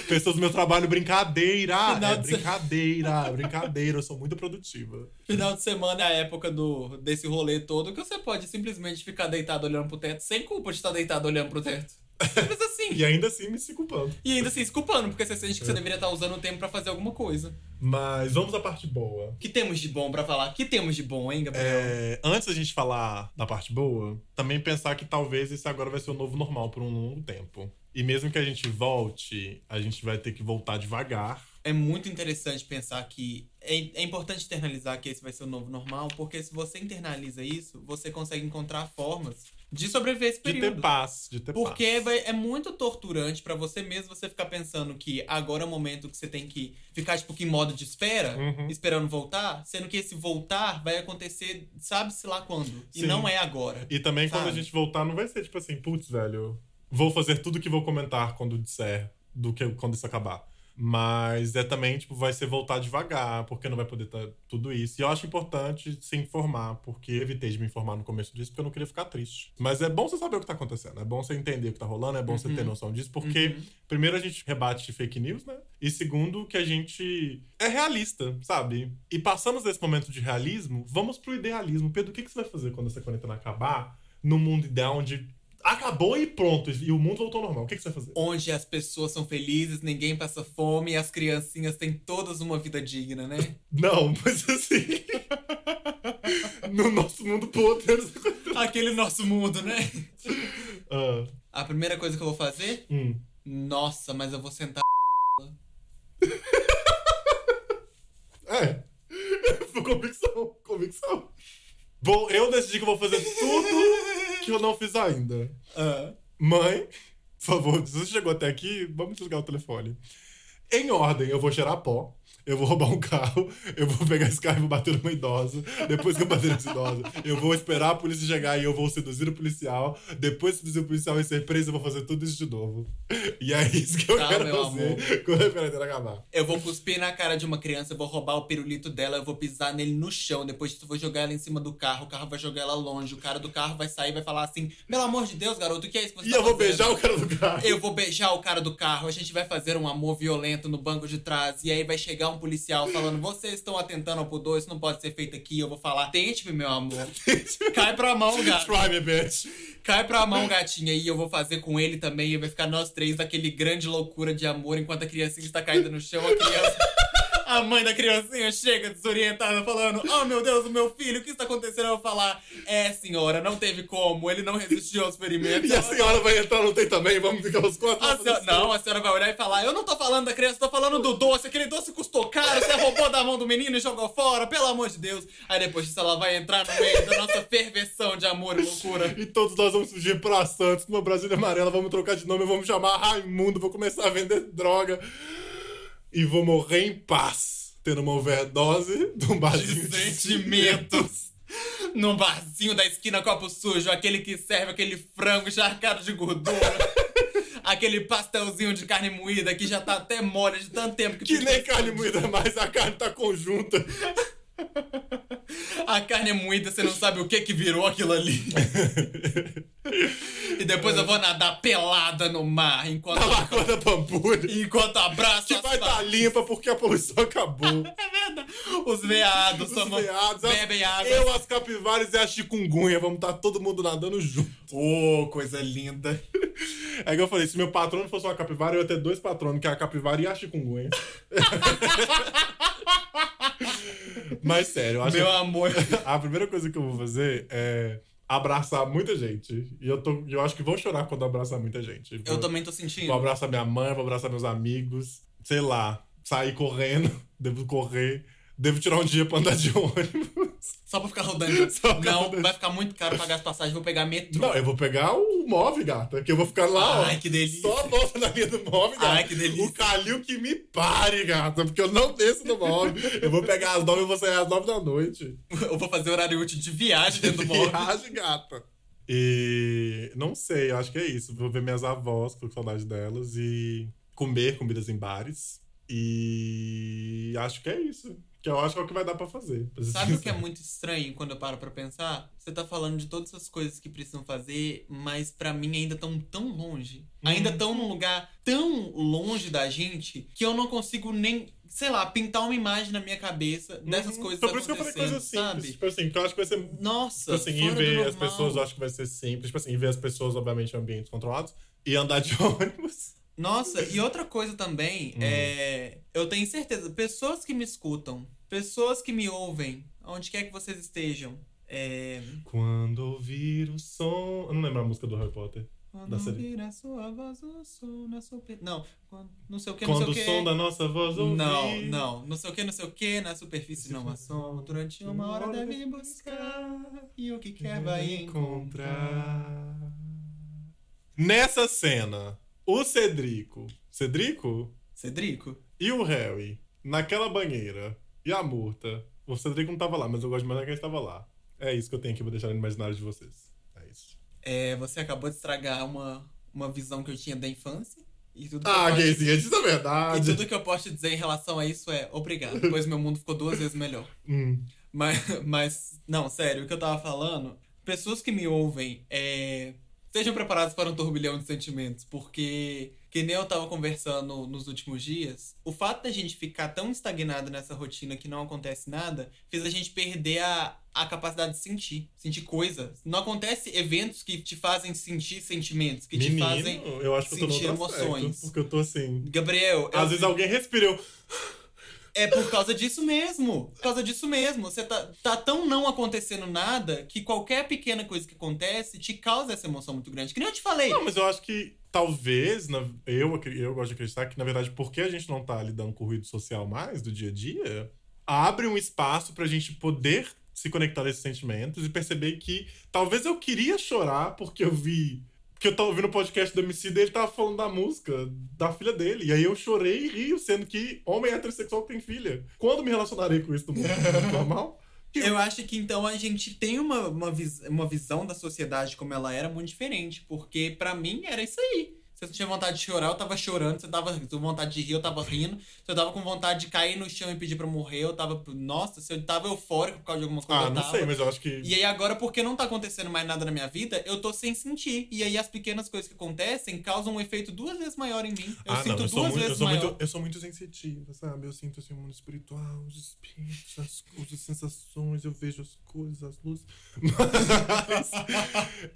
[SPEAKER 1] Pessoas do meu trabalho, brincadeira!
[SPEAKER 2] Final
[SPEAKER 1] é
[SPEAKER 2] de se-
[SPEAKER 1] brincadeira, brincadeira, eu sou muito produtiva.
[SPEAKER 2] Final de semana é a época do, desse rolê todo que você pode simplesmente ficar deitado olhando pro teto, sem culpa de estar deitado olhando pro teto. Simples assim.
[SPEAKER 1] E ainda assim me se culpando.
[SPEAKER 2] E ainda assim, se culpando, porque você sente que
[SPEAKER 1] É.
[SPEAKER 2] você deveria estar usando o tempo pra fazer alguma coisa.
[SPEAKER 1] Mas vamos à parte boa.
[SPEAKER 2] O que temos de bom pra falar? O que temos de bom, hein, Gabriel?
[SPEAKER 1] É, antes da gente falar da parte boa, também pensar que talvez esse agora vai ser o novo normal por um longo tempo. E mesmo que a gente volte, a gente vai ter que voltar devagar.
[SPEAKER 2] É, muito interessante pensar que. É, é importante internalizar que esse vai ser o novo normal, porque se você internaliza isso, você consegue encontrar formas de sobreviver a esse
[SPEAKER 1] De
[SPEAKER 2] período.
[SPEAKER 1] ter paz, de ter
[SPEAKER 2] Porque
[SPEAKER 1] paz.
[SPEAKER 2] vai- é muito torturante pra você mesmo você ficar pensando que agora é o momento que você tem que ficar, tipo, que em modo de espera,
[SPEAKER 1] Uhum.
[SPEAKER 2] esperando voltar, sendo que esse voltar vai acontecer, sabe-se lá quando. E
[SPEAKER 1] Sim.
[SPEAKER 2] não é agora.
[SPEAKER 1] E também quando a
[SPEAKER 2] Sabe?
[SPEAKER 1] gente voltar, não vai ser tipo assim, putz, velho, vou fazer tudo que vou comentar quando disser, do que quando isso acabar. Mas é também, tipo, vai ser voltar devagar, porque não vai poder ter tudo isso. E eu acho importante se informar, porque eu evitei de me informar no começo disso, porque eu não queria ficar triste. Mas é bom você saber o que tá acontecendo, é bom você entender o que tá rolando, é bom você ter noção disso, porque Primeiro, a gente rebate fake news, né? E segundo, que a gente é realista, sabe? E passamos desse momento de realismo, vamos pro idealismo. Pedro, o que, que você vai fazer quando essa quarentena acabar? Num mundo ideal onde acabou e pronto, e o mundo voltou ao normal. O que, que você vai fazer?
[SPEAKER 2] Onde as pessoas são felizes, ninguém passa fome e as criancinhas têm todas uma vida digna, né?
[SPEAKER 1] Não, mas assim. no nosso mundo podre.
[SPEAKER 2] Aquele nosso mundo, né?
[SPEAKER 1] Ah,
[SPEAKER 2] A primeira coisa que eu vou fazer?
[SPEAKER 1] hum.
[SPEAKER 2] Nossa, mas eu vou sentar.
[SPEAKER 1] É. Por convicção, convicção. Bom, eu decidi que eu vou fazer tudo que eu não fiz ainda.
[SPEAKER 2] Ah.
[SPEAKER 1] Mãe, por favor, se você chegou até aqui, vamos desligar o telefone. Em ordem, eu vou cheirar pó, eu vou roubar um carro, eu vou pegar esse carro e vou bater numa idosa. Depois que eu bater nessa idosa, eu vou esperar a polícia chegar e eu vou seduzir o policial. Depois de seduzir o policial e ser preso, eu vou fazer tudo isso de novo. E é isso que eu
[SPEAKER 2] Tá,
[SPEAKER 1] quero
[SPEAKER 2] meu
[SPEAKER 1] fazer
[SPEAKER 2] amor.
[SPEAKER 1] quando a quarentena acabar.
[SPEAKER 2] Eu vou cuspir na cara de uma criança, eu vou roubar o pirulito dela, eu vou pisar nele no chão, depois disso eu vou jogar ela em cima do carro, o carro vai jogar ela longe, o cara do carro vai sair e vai falar assim: pelo amor de Deus, garoto, o que é isso que você
[SPEAKER 1] E
[SPEAKER 2] tá
[SPEAKER 1] eu vou
[SPEAKER 2] fazendo?"
[SPEAKER 1] beijar o cara do carro.
[SPEAKER 2] Eu vou beijar o cara do carro, a gente vai fazer um amor violento no banco de trás, e aí vai chegar um policial falando: vocês estão atentando ao pudor, isso não pode ser feito aqui. Eu vou falar: tente-me, meu amor. Cai pra mão, gato.
[SPEAKER 1] Try me, bitch.
[SPEAKER 2] Cai pra mão, gatinha, e eu vou fazer com ele também. E vai ficar nós três naquele grande loucura de amor enquanto a criancinha está caindo no chão. A criança, A mãe da criancinha chega desorientada falando: Oh meu Deus, o meu filho, o que está acontecendo? Eu vou falar: É, senhora, não teve como, ele não resistiu aos experimentos.
[SPEAKER 1] E a senhora vai entrar no tem também, vamos ficar os quatro.
[SPEAKER 2] A senhora- Então Ah, não, a senhora vai olhar e falar: Eu não tô falando da criança, eu tô falando do doce. Aquele doce custou caro, você roubou da mão do menino e jogou fora, pelo amor de Deus. Aí depois disso ela vai entrar no meio da nossa ferveção de amor e loucura.
[SPEAKER 1] E todos nós vamos fugir pra Santos, numa Brasília amarela, vamos trocar de nome, eu vou me chamar Raimundo, vou começar a vender droga. E vou morrer em paz, tendo uma overdose de um barzinho
[SPEAKER 2] de
[SPEAKER 1] de
[SPEAKER 2] sentimentos. Num barzinho da esquina copo sujo, aquele que serve aquele frango encharcado de gordura. aquele pastelzinho de carne moída que já tá até mole de tanto tempo que
[SPEAKER 1] Que
[SPEAKER 2] fica-
[SPEAKER 1] nem carne moída mais, a carne tá conjunta.
[SPEAKER 2] A carne é moída, você não sabe o que que virou aquilo ali. e depois eu vou nadar pelada no mar enquanto,
[SPEAKER 1] A lagoa da Pampulha.
[SPEAKER 2] enquanto abraço
[SPEAKER 1] Que
[SPEAKER 2] as
[SPEAKER 1] vai estar
[SPEAKER 2] fa-
[SPEAKER 1] tá limpa porque a poluição acabou.
[SPEAKER 2] É verdade. Os veados
[SPEAKER 1] Os
[SPEAKER 2] tomam,
[SPEAKER 1] veados, as-
[SPEAKER 2] bebem água.
[SPEAKER 1] Eu, as capivaras e a chikungunya, vamos estar todo mundo nadando junto.
[SPEAKER 2] Ô, coisa linda.
[SPEAKER 1] É que eu falei, se meu patrono fosse uma capivara, eu ia ter dois patronos, que é a capivara e a chikungunya. Mas sério, eu acho
[SPEAKER 2] Meu amor.
[SPEAKER 1] que a primeira coisa que eu vou fazer é abraçar muita gente. E eu, tô, eu acho que vou chorar quando abraçar muita gente. Vou-
[SPEAKER 2] Eu também tô sentindo.
[SPEAKER 1] Vou abraçar minha mãe, vou abraçar meus amigos. Sei lá, sair correndo, devo correr. Devo tirar um dia pra andar de ônibus.
[SPEAKER 2] Só pra ficar rodando.
[SPEAKER 1] Só pra ficar
[SPEAKER 2] não,
[SPEAKER 1] rodando.
[SPEAKER 2] vai ficar muito caro pagar as passagens, vou pegar metrô.
[SPEAKER 1] Não, eu vou pegar o móvel, gata, que eu vou ficar lá,
[SPEAKER 2] Ai,
[SPEAKER 1] ó.
[SPEAKER 2] que delícia.
[SPEAKER 1] Só a volta na linha do móvel, gata.
[SPEAKER 2] Ai, Ah, que delícia.
[SPEAKER 1] O Calil que me pare, gata, porque eu não desço do móvel. eu vou pegar às nove e vou sair às nove da noite.
[SPEAKER 2] Eu vou fazer horário útil de viagem dentro do móvel.
[SPEAKER 1] Viagem, gata. E não sei, eu acho que é isso. Vou ver minhas avós, tô com saudade delas, e comer comidas em bares. E acho que é isso. Que eu acho que é o que vai dar pra fazer. pra ser
[SPEAKER 2] Sabe o que é
[SPEAKER 1] sincero.
[SPEAKER 2] muito estranho quando eu paro pra pensar? Você tá falando de todas as coisas que precisam fazer, mas pra mim ainda tão tão longe.
[SPEAKER 1] Uhum.
[SPEAKER 2] Ainda tão num lugar tão longe da gente que eu não consigo nem, sei lá, pintar uma imagem na minha cabeça dessas
[SPEAKER 1] Uhum.
[SPEAKER 2] coisas
[SPEAKER 1] Então por isso que eu falei coisas
[SPEAKER 2] acontecendo,
[SPEAKER 1] simples.
[SPEAKER 2] sabe?
[SPEAKER 1] Tipo assim, porque eu acho que vai ser Tipo
[SPEAKER 2] Nossa,
[SPEAKER 1] assim, ir
[SPEAKER 2] fora do
[SPEAKER 1] ver as
[SPEAKER 2] normal.
[SPEAKER 1] pessoas, eu acho que vai ser simples. Tipo assim, ir ver as pessoas, obviamente, em ambientes controlados. E andar de ônibus.
[SPEAKER 2] Nossa, e outra coisa também
[SPEAKER 1] Hum.
[SPEAKER 2] é. Eu tenho certeza, pessoas que me escutam, pessoas que me ouvem, onde quer que vocês estejam. É.
[SPEAKER 1] Quando ouvir o som. Eu não lembro a música do Harry Potter.
[SPEAKER 2] Quando
[SPEAKER 1] Da série.
[SPEAKER 2] ouvir a sua voz, o som na sua. pe- Não, quando- não sei o que, não
[SPEAKER 1] Quando o
[SPEAKER 2] sei o que.
[SPEAKER 1] som da nossa voz ouvir.
[SPEAKER 2] Não, não, não sei o que, não sei o que, na superfície não há som. Durante uma hora deve buscar, e o é que quer vai encontrar.
[SPEAKER 1] Nessa cena, o Cedrico. Cedrico?
[SPEAKER 2] Cedrico?
[SPEAKER 1] E o Harry, naquela banheira, e a Murta. O Cedrico não tava lá, mas eu gosto mais daquele que tava lá. É isso que eu tenho aqui, vou deixar no imaginário de vocês. É isso.
[SPEAKER 2] É, você acabou de estragar uma, uma visão que eu tinha da infância. E tudo que eu
[SPEAKER 1] Ah,
[SPEAKER 2] posso-
[SPEAKER 1] gayzinha, diz a
[SPEAKER 2] E
[SPEAKER 1] verdade.
[SPEAKER 2] tudo que eu posso te dizer em relação a isso é obrigado, pois meu mundo ficou duas vezes melhor.
[SPEAKER 1] Hum.
[SPEAKER 2] Mas, mas não, sério, o que eu tava falando, pessoas que me ouvem, é, sejam preparadas para um turbilhão de sentimentos, porque, que nem eu tava conversando nos últimos dias, o fato da gente ficar tão estagnado nessa rotina que não acontece nada, fez a gente perder a, a capacidade de sentir, sentir coisa. Não acontece eventos que te fazem sentir sentimentos, que
[SPEAKER 1] Menino,
[SPEAKER 2] te fazem...
[SPEAKER 1] eu acho que eu tô no
[SPEAKER 2] sentir
[SPEAKER 1] outro aspecto,
[SPEAKER 2] emoções.
[SPEAKER 1] porque eu tô assim.
[SPEAKER 2] Gabriel, eu
[SPEAKER 1] Às vezes alguém respira, eu.
[SPEAKER 2] É por causa disso mesmo. Por causa disso mesmo. Você tá, tá tão não acontecendo nada que qualquer pequena coisa que acontece te causa essa emoção muito grande. Que nem eu te falei.
[SPEAKER 1] Não, mas eu acho que talvez, na- eu, acri- eu gosto de acreditar que, na verdade, porque a gente não tá lidando com o ruído social mais do dia a dia, abre um espaço pra gente poder se conectar a esses sentimentos e perceber que talvez eu queria chorar porque eu vi. Porque eu tava ouvindo o podcast do MC e ele tava falando da música da filha dele. E aí eu chorei e rio, sendo que homem heterossexual tem filha. Quando me relacionarei com isso no mundo normal?
[SPEAKER 2] Eu acho que então a gente tem uma, uma, vis- uma visão da sociedade como ela era muito diferente. Porque pra mim era isso aí. Se eu tinha vontade de chorar, eu tava chorando. Se eu tava com vontade de rir, eu tava rindo. Se eu tava com vontade de cair no chão e pedir pra morrer, eu tava. Nossa, se eu tava eufórico por causa de alguma coisa.
[SPEAKER 1] Ah,
[SPEAKER 2] eu
[SPEAKER 1] não
[SPEAKER 2] tava.
[SPEAKER 1] sei, mas eu acho que.
[SPEAKER 2] E aí agora, porque não tá acontecendo mais nada na minha vida, eu tô sem sentir. E aí as pequenas coisas que acontecem causam um efeito duas vezes maior em mim. Eu
[SPEAKER 1] ah,
[SPEAKER 2] sinto
[SPEAKER 1] não, eu
[SPEAKER 2] duas
[SPEAKER 1] sou, muito, eu,
[SPEAKER 2] vezes
[SPEAKER 1] sou
[SPEAKER 2] maior.
[SPEAKER 1] muito, eu sou muito sensitiva, sabe? Eu sinto assim o mundo espiritual, os espíritos, as coisas, as sensações, eu vejo as coisas, as luzes. Mas,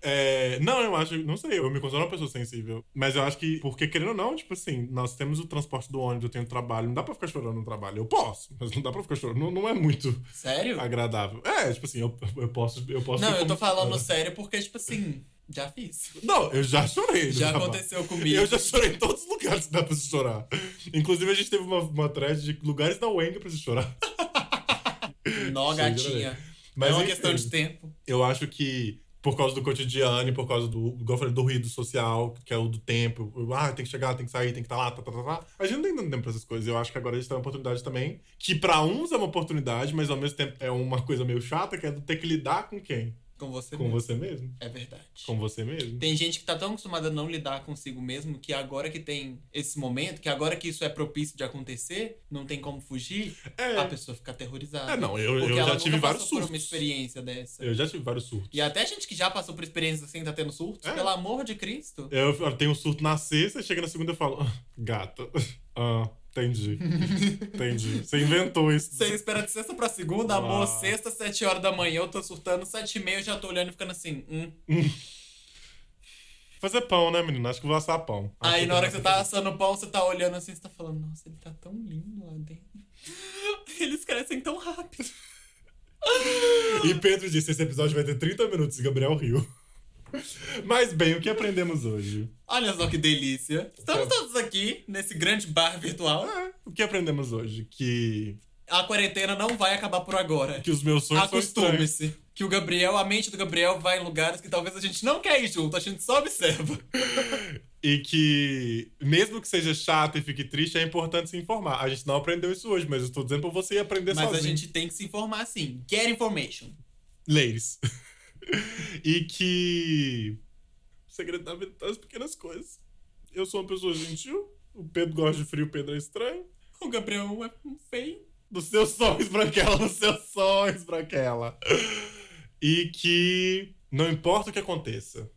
[SPEAKER 1] é, não, eu acho, não sei, eu me considero uma pessoa sensível. Mas Mas eu acho que, porque querendo ou não, tipo assim, nós temos o transporte do ônibus, eu tenho trabalho, não dá pra ficar chorando no trabalho. Eu posso, mas não dá pra ficar chorando. Não, não é muito
[SPEAKER 2] Sério?
[SPEAKER 1] agradável. É, tipo assim, eu, eu posso. Eu Ah. posso
[SPEAKER 2] Não,
[SPEAKER 1] ter
[SPEAKER 2] eu tô
[SPEAKER 1] como-
[SPEAKER 2] falando sério porque, tipo assim, já fiz.
[SPEAKER 1] Não, eu já chorei. no
[SPEAKER 2] Já
[SPEAKER 1] trabalho.
[SPEAKER 2] aconteceu comigo.
[SPEAKER 1] Eu já chorei em todos os lugares que dá pra se chorar. Inclusive, a gente teve uma, uma thread de lugares da Wenga pra se chorar.
[SPEAKER 2] Nó,
[SPEAKER 1] Chega, né?
[SPEAKER 2] gatinha.
[SPEAKER 1] Mas
[SPEAKER 2] é uma
[SPEAKER 1] enfim.
[SPEAKER 2] questão de tempo.
[SPEAKER 1] Eu acho que por causa do cotidiano e por causa do, igual eu falei, do ruído social, que é o do tempo. eu, Ah, tem que chegar, tem que sair, tem que estar lá, tá, tá, tá, tá. A gente não tem tanto tempo pra essas coisas. Eu acho que agora a gente tem uma oportunidade também, que pra uns é uma oportunidade, mas ao mesmo tempo é uma coisa meio chata, que é ter que lidar com quem?
[SPEAKER 2] Com você
[SPEAKER 1] Com
[SPEAKER 2] mesmo.
[SPEAKER 1] você mesmo.
[SPEAKER 2] É verdade.
[SPEAKER 1] Com você mesmo.
[SPEAKER 2] Tem gente que tá tão acostumada a não lidar consigo mesmo que agora que tem esse momento, que agora que isso é propício de acontecer, não tem como fugir, a
[SPEAKER 1] É,
[SPEAKER 2] pessoa fica aterrorizada.
[SPEAKER 1] é não, eu,
[SPEAKER 2] Ah, porque
[SPEAKER 1] eu
[SPEAKER 2] ela
[SPEAKER 1] já
[SPEAKER 2] nunca
[SPEAKER 1] tive vários
[SPEAKER 2] passou por uma
[SPEAKER 1] surtos.
[SPEAKER 2] experiência dessa.
[SPEAKER 1] Eu já tive vários surtos.
[SPEAKER 2] E até gente que já passou por experiências assim, tá tendo surtos,
[SPEAKER 1] É.
[SPEAKER 2] pelo amor de Cristo.
[SPEAKER 1] Eu, eu tenho um surto na sexta, chega na segunda e falo, "Ah, gata, ah, entendi. entendi. Você inventou isso.
[SPEAKER 2] Você espera de sexta pra segunda,
[SPEAKER 1] Ah.
[SPEAKER 2] amor, sexta, sete horas da manhã, eu tô surtando, sete e meia, eu já tô olhando e ficando assim, hum.
[SPEAKER 1] Fazer pão, né, menina? Acho que eu vou assar pão. Acho
[SPEAKER 2] Aí na
[SPEAKER 1] eu
[SPEAKER 2] hora que
[SPEAKER 1] vou
[SPEAKER 2] você
[SPEAKER 1] assar
[SPEAKER 2] tá assando pão, você tá olhando assim, você tá falando, nossa, ele tá tão lindo lá dentro. Eles crescem tão rápido.
[SPEAKER 1] pão. E Pedro disse, esse episódio vai ter 30 minutos e Gabriel riu. Mas bem, o que aprendemos hoje?
[SPEAKER 2] Olha só que delícia. Estamos todos aqui, nesse grande bar virtual.
[SPEAKER 1] É, o que aprendemos hoje? Que,
[SPEAKER 2] A quarentena não vai acabar por agora.
[SPEAKER 1] que os meus sonhos são estranhos.
[SPEAKER 2] Acostume-se. Que o Gabriel, a mente do Gabriel vai em lugares que talvez a gente não quer ir junto, a gente só observa.
[SPEAKER 1] E que, mesmo que seja chato e fique triste, é importante se informar. A gente não aprendeu isso hoje, mas eu estou dizendo pra você ir aprender
[SPEAKER 2] Mas a
[SPEAKER 1] sozinho.
[SPEAKER 2] gente tem que se informar sim. Get information.
[SPEAKER 1] Ladies. e que. O segredo da vida tá nas pequenas coisas. Eu sou uma pessoa gentil. O Pedro gosta de frio, o Pedro é estranho.
[SPEAKER 2] O Gabriel é um feio.
[SPEAKER 1] Dos seus sonhos, Branquela, dos seus sonhos, Branquela. E que. Não importa o que aconteça.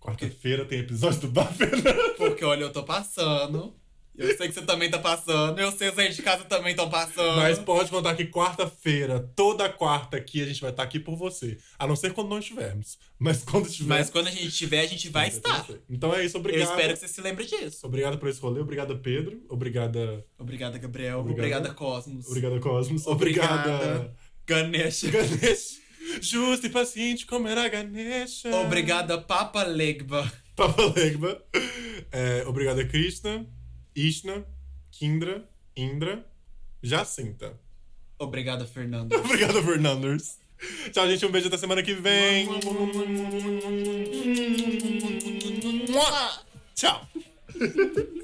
[SPEAKER 1] Quarta-feira tem episódio do Bafena.
[SPEAKER 2] Porque olha, eu tô passando. Eu sei que você também tá passando. Eu sei que os aí de casa também estão passando.
[SPEAKER 1] Mas pode contar que quarta-feira, toda quarta aqui, a gente vai estar aqui por você. A não ser quando não estivermos. Mas quando estivermos.
[SPEAKER 2] Mas quando a gente tiver, a gente vai estar.
[SPEAKER 1] Então é isso, obrigado.
[SPEAKER 2] Eu espero que você se lembre disso.
[SPEAKER 1] Obrigado por esse rolê, obrigado Pedro, obrigada,
[SPEAKER 2] Obrigada, Gabriel.
[SPEAKER 1] Obrigado.
[SPEAKER 2] Obrigada, Cosmos.
[SPEAKER 1] obrigada Cosmos, obrigada
[SPEAKER 2] Obrigada. Ganesha.
[SPEAKER 1] Ganesha, justo e paciente como era Ganesha.
[SPEAKER 2] Obrigada, Papa Legba.
[SPEAKER 1] Papa Legba. É, obrigada Krishna, Ishna, Kindra, Indra, Jacinta.
[SPEAKER 2] Obrigada, Fernando.
[SPEAKER 1] Obrigado Fernandes. Tchau gente, um beijo até semana que vem. Tchau.